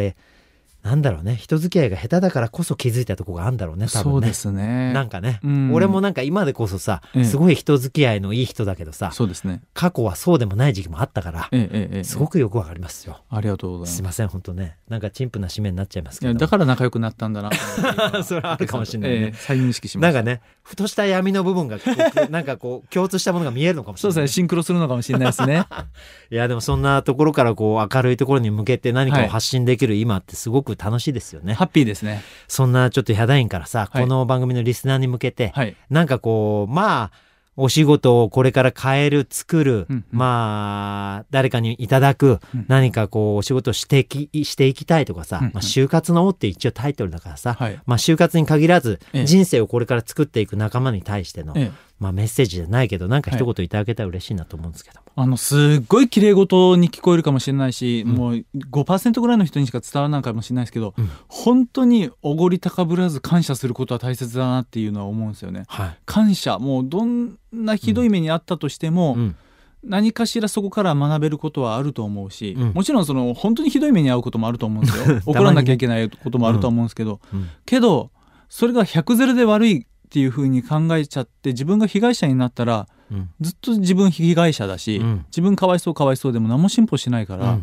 Speaker 1: なんだろうね人付き合いが下手だからこそ気づいたとこがあるんだろうね多
Speaker 2: そう
Speaker 1: 分
Speaker 2: で
Speaker 1: ね
Speaker 2: すね。
Speaker 1: なんかね、
Speaker 2: うん
Speaker 1: 俺もなんか今でこそさ、
Speaker 2: ええ
Speaker 1: すごい人付き合いのいい人だけどさ
Speaker 2: そうですね。
Speaker 1: 過去はそうでもない時期もあったから、
Speaker 2: ええええええ
Speaker 1: すごくよくわかりますよ、
Speaker 2: ありがとうございますす
Speaker 1: い。ません本当ねなんか陳腐な締めになっちゃいます
Speaker 2: い
Speaker 1: けど
Speaker 2: やだから仲良くなったんだな。
Speaker 1: そ れはあるかもしれないね
Speaker 2: ええ再認識しま
Speaker 1: な
Speaker 2: し
Speaker 1: ん
Speaker 2: た。
Speaker 1: かねふとした闇の部分がこうなんかこう共通したものが見えるのかもし
Speaker 2: そう
Speaker 1: れ
Speaker 2: です
Speaker 1: ない
Speaker 2: ね。シンクロするのかもしれないで すね。
Speaker 1: いやでもそんなところからこう明るいところに向けて何か
Speaker 2: は
Speaker 1: を
Speaker 2: い
Speaker 1: 発信できる今ってすごく楽しいですよね、
Speaker 2: ハッピーですね。
Speaker 1: そんなちょっとヒャダインからさ、
Speaker 2: はい
Speaker 1: この番組のリスナーに向けて、
Speaker 2: はい。
Speaker 1: なんかこうまあお仕事をこれから変える作る、
Speaker 2: うんうん
Speaker 1: まあ誰かにいただく、
Speaker 2: うん
Speaker 1: 何かこうお仕事をしてきしていきたいとかさ、
Speaker 2: うんうん
Speaker 1: まあ、就活の王って一応タイトルだからさ、
Speaker 2: はい。
Speaker 1: まあ、就活に限らず
Speaker 2: ええ
Speaker 1: 人生をこれから作っていく仲間に対しての、
Speaker 2: ええ
Speaker 1: まあ、メッセージじゃないけどなんか一言いただけたら嬉しいなと思うんですけども、
Speaker 2: あのすっごい綺麗事に聞こえるかもしれないし、
Speaker 1: ん
Speaker 2: もう5%ぐらいの人にしか伝わらないかもしれないですけど、
Speaker 1: うん
Speaker 2: 本当におごり高ぶらず感謝することは大切だなっていうのは思うんですよね。
Speaker 1: はい
Speaker 2: 感謝もうどんなひどい目にあったとしても、
Speaker 1: うん
Speaker 2: 何かしらそこから学べることはあると思うし、
Speaker 1: うん
Speaker 2: もちろんその本当にひどい目に遭うこともあると思うんです よ 怒らなきゃいけないこともあると思うんですけど、
Speaker 1: うん
Speaker 2: けどそれが100ゼロで悪いっていうふうに考えちゃって自分が被害者になったら
Speaker 1: うん
Speaker 2: ずっと自分被害者だし、
Speaker 1: うん
Speaker 2: 自分かわいそうかわいそうでも何も進歩しないから、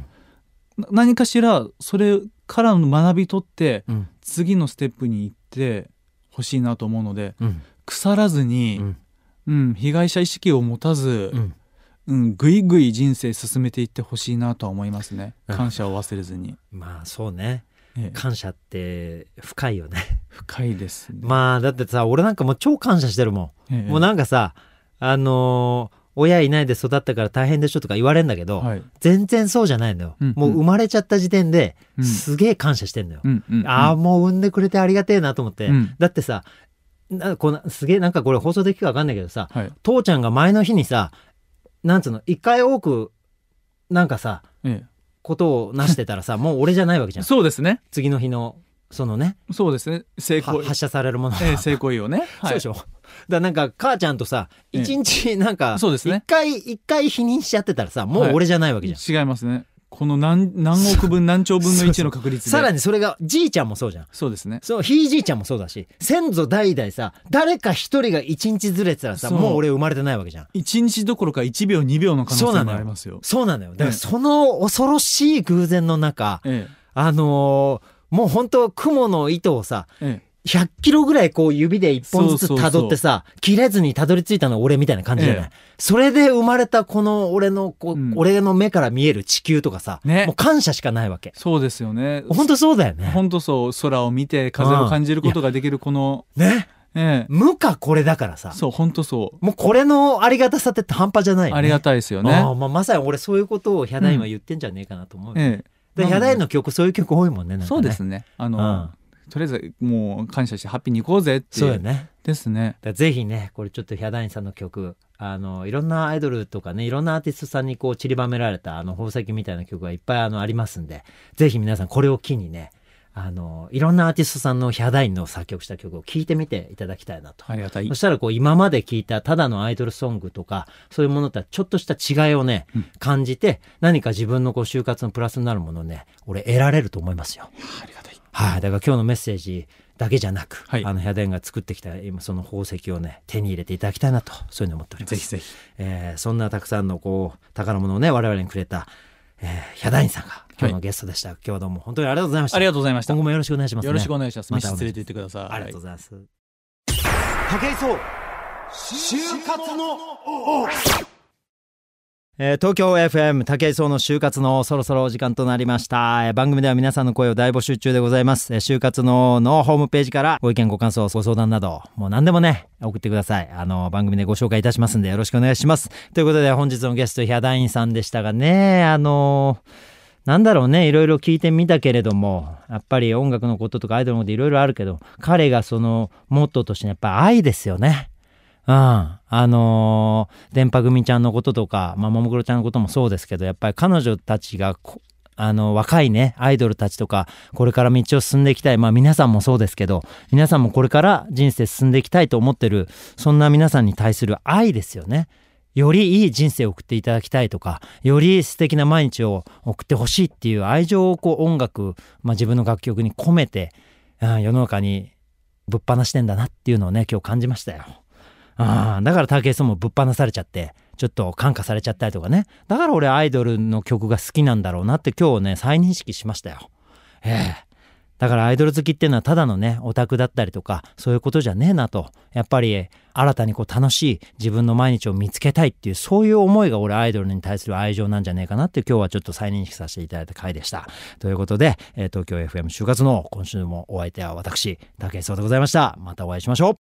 Speaker 2: な何かしらそれからの学び取って
Speaker 1: うん
Speaker 2: 次のステップに行ってほしいなと思うので
Speaker 1: うん
Speaker 2: 腐らず
Speaker 1: う
Speaker 2: に、
Speaker 1: ん
Speaker 2: うん被害者意識を持たず、
Speaker 1: うん
Speaker 2: うん、ぐいぐい人生進めていってほしいなとは思いますね
Speaker 1: うん
Speaker 2: 感謝を忘れずに、
Speaker 1: まあそうね
Speaker 2: ええ
Speaker 1: 感謝って深いよね
Speaker 2: 深いですね、
Speaker 1: まあだってさ俺なんかもう超感謝してるも
Speaker 2: ええ
Speaker 1: ん、もうなんかさあのー親いないで育ったから大変でしょとか言われるんだけど、
Speaker 2: はい、
Speaker 1: 全然そうじゃないのよ、
Speaker 2: うん
Speaker 1: もう生まれちゃった時点で
Speaker 2: うん
Speaker 1: すげえ感謝してんのよ、
Speaker 2: うんうんうん
Speaker 1: ああもう産んでくれてありがてえなと思って、
Speaker 2: うん
Speaker 1: だってさなこのすげえなんかこれ放送できるか分かんないけどさ
Speaker 2: はい、
Speaker 1: 父ちゃんが前の日にさなんつうの一回多くなんかさ
Speaker 2: え
Speaker 1: ことをなしてたら さもう俺じゃないわけじ
Speaker 2: え
Speaker 1: ゃん
Speaker 2: そうですね
Speaker 1: 次の日のそのね
Speaker 2: そうですね成
Speaker 1: は
Speaker 2: 功
Speaker 1: 発射されるものが、
Speaker 2: ええ性行為をね、
Speaker 1: そうでしょだからなんか母ちゃんとさ
Speaker 2: ええ
Speaker 1: 一日なんか
Speaker 2: そうですね
Speaker 1: 一回一回否認しちゃってたらさもう俺じゃないわけじゃん、
Speaker 2: 違いますねこの何何億分何兆分の1の確率で
Speaker 1: さらにそれがじいちゃんもそうじゃん
Speaker 2: そうですね
Speaker 1: そうひいじいちゃんもそうだし先祖代々さ誰か一人が一日ずれてたらさ
Speaker 2: そう
Speaker 1: もう俺生まれてないわけじゃん
Speaker 2: 1日どころか1秒2秒の可能
Speaker 1: そうな
Speaker 2: 性
Speaker 1: の
Speaker 2: も
Speaker 1: よ
Speaker 2: ありますよ
Speaker 1: そうなのよだからその恐ろしい偶然の中
Speaker 2: え
Speaker 1: あのーもう本当雲の糸をさ
Speaker 2: ええ
Speaker 1: 100キロぐらいこう指で一本ずつ
Speaker 2: そうそうそう
Speaker 1: 辿ってさ切れずに辿り着いたのは俺みたいな感じじゃない、
Speaker 2: え
Speaker 1: それで生まれたこの俺のこう、
Speaker 2: うん
Speaker 1: 俺の目から見える地球とかさ、
Speaker 2: ね
Speaker 1: もう感謝しかないわけ
Speaker 2: そうですよね
Speaker 1: 本当そうだよね
Speaker 2: 本当そう空を見て風を感じることができるこの、
Speaker 1: ね
Speaker 2: え
Speaker 1: 無かこれだから
Speaker 2: え
Speaker 1: さ
Speaker 2: そう本当そ
Speaker 1: もうこれのありがたさって半端じゃないうよね
Speaker 2: ありがたいですよね
Speaker 1: ああまあ、まさに俺そういうことをヒャダインは言ってんじゃねえかなと思うよ、
Speaker 2: ええ
Speaker 1: でヒャダイン
Speaker 2: なの
Speaker 1: の曲そういう曲多いもんねなんかね
Speaker 2: でそうですねあ
Speaker 1: う
Speaker 2: の、
Speaker 1: ん、
Speaker 2: とりあえずもう感謝してハッピーに行こうぜって
Speaker 1: そう
Speaker 2: い
Speaker 1: よ
Speaker 2: う
Speaker 1: ね
Speaker 2: ですね
Speaker 1: だからぜひねこれちょっとヒャダインさんの曲あのいろんなアイドルとかねいろんなアーティストさんにこう散りばめられたあの宝石みたいな曲がいっぱいあのありますんでぜひ皆さんこれを機にねあのいろんなアーティストさんのヒャダインの作曲した曲を聴いてみていただきたいなと。
Speaker 2: ありがたい
Speaker 1: そしたらこう今まで聞いたただのアイドルソングとかそういうものとはちょっとした違いをね、
Speaker 2: うん
Speaker 1: 感じて何か自分のこう就活のプラスになるものをね俺得られると思いますよ。
Speaker 2: ありがたい
Speaker 1: はい、だから今日のメッセージだけじゃなく、
Speaker 2: はい
Speaker 1: あのヒャダインが作ってきた今その宝石をね手に入れていただきたいなとそういうふうに思っております。
Speaker 2: ぜひぜひ
Speaker 1: えーそんなたくさんのこう宝物をね我々にくれた、えー、ヒャダインさんが今日のゲストでした、今日はどうも本当にありがとうございました
Speaker 2: ありがとうございました
Speaker 1: 今後
Speaker 2: よ
Speaker 1: もよろしくお願いします、ね、
Speaker 2: ろしくお願いします
Speaker 1: また
Speaker 2: 飯連れて行ってください
Speaker 1: ありがとうございます、
Speaker 3: 武井壮就活の
Speaker 1: えー東京 FM 武井壮の就活のそろそろお時間となりました、えー番組では皆さんの声を大募集中でございます、えー就活ののホームページからご意見ご感想ご相談などもう何でもね送ってくださいあの番組でご紹介いたしますんでよろしくお願いしますということで本日のゲストヒャダインさんでしたがねあのなんだろうねいろいろ聞いてみたけれどもやっぱり音楽のこととかアイドルのこといろいろあるけど彼がそのモットーとしてやっぱ愛ですよねうん、あのー電波組ちゃんのこととか、まあ、ももクロちゃんのこともそうですけどやっぱり彼女たちがこあの若いねアイドルたちとかこれから道を進んでいきたい、まあ、皆さんもそうですけど皆さんもこれから人生進んでいきたいと思ってるそんな皆さんに対する愛ですよね。よりいい人生を送っていただきたいとかより素敵な毎日を送ってほしいっていう愛情をこう音楽、まあ、自分の楽曲に込めて、うん、世の中にぶっ放してんだなっていうのをね今日感じましたよ。ああ、だから武井壮もぶっ放されちゃって、ちょっと感化されちゃったりとかね。だから俺アイドルの曲が好きなんだろうなって今日ね、再認識しましたよ。ええ。だからアイドル好きっていうのはただのね、オタクだったりとか、そういうことじゃねえなと。やっぱり新たにこう楽しい自分の毎日を見つけたいっていう、そういう思いが俺アイドルに対する愛情なんじゃねえかなって今日はちょっと再認識させていただいた回でした。ということで、えー東京 FM 就活の今週もお相手は私、武井壮でございました。またお会いしましょう。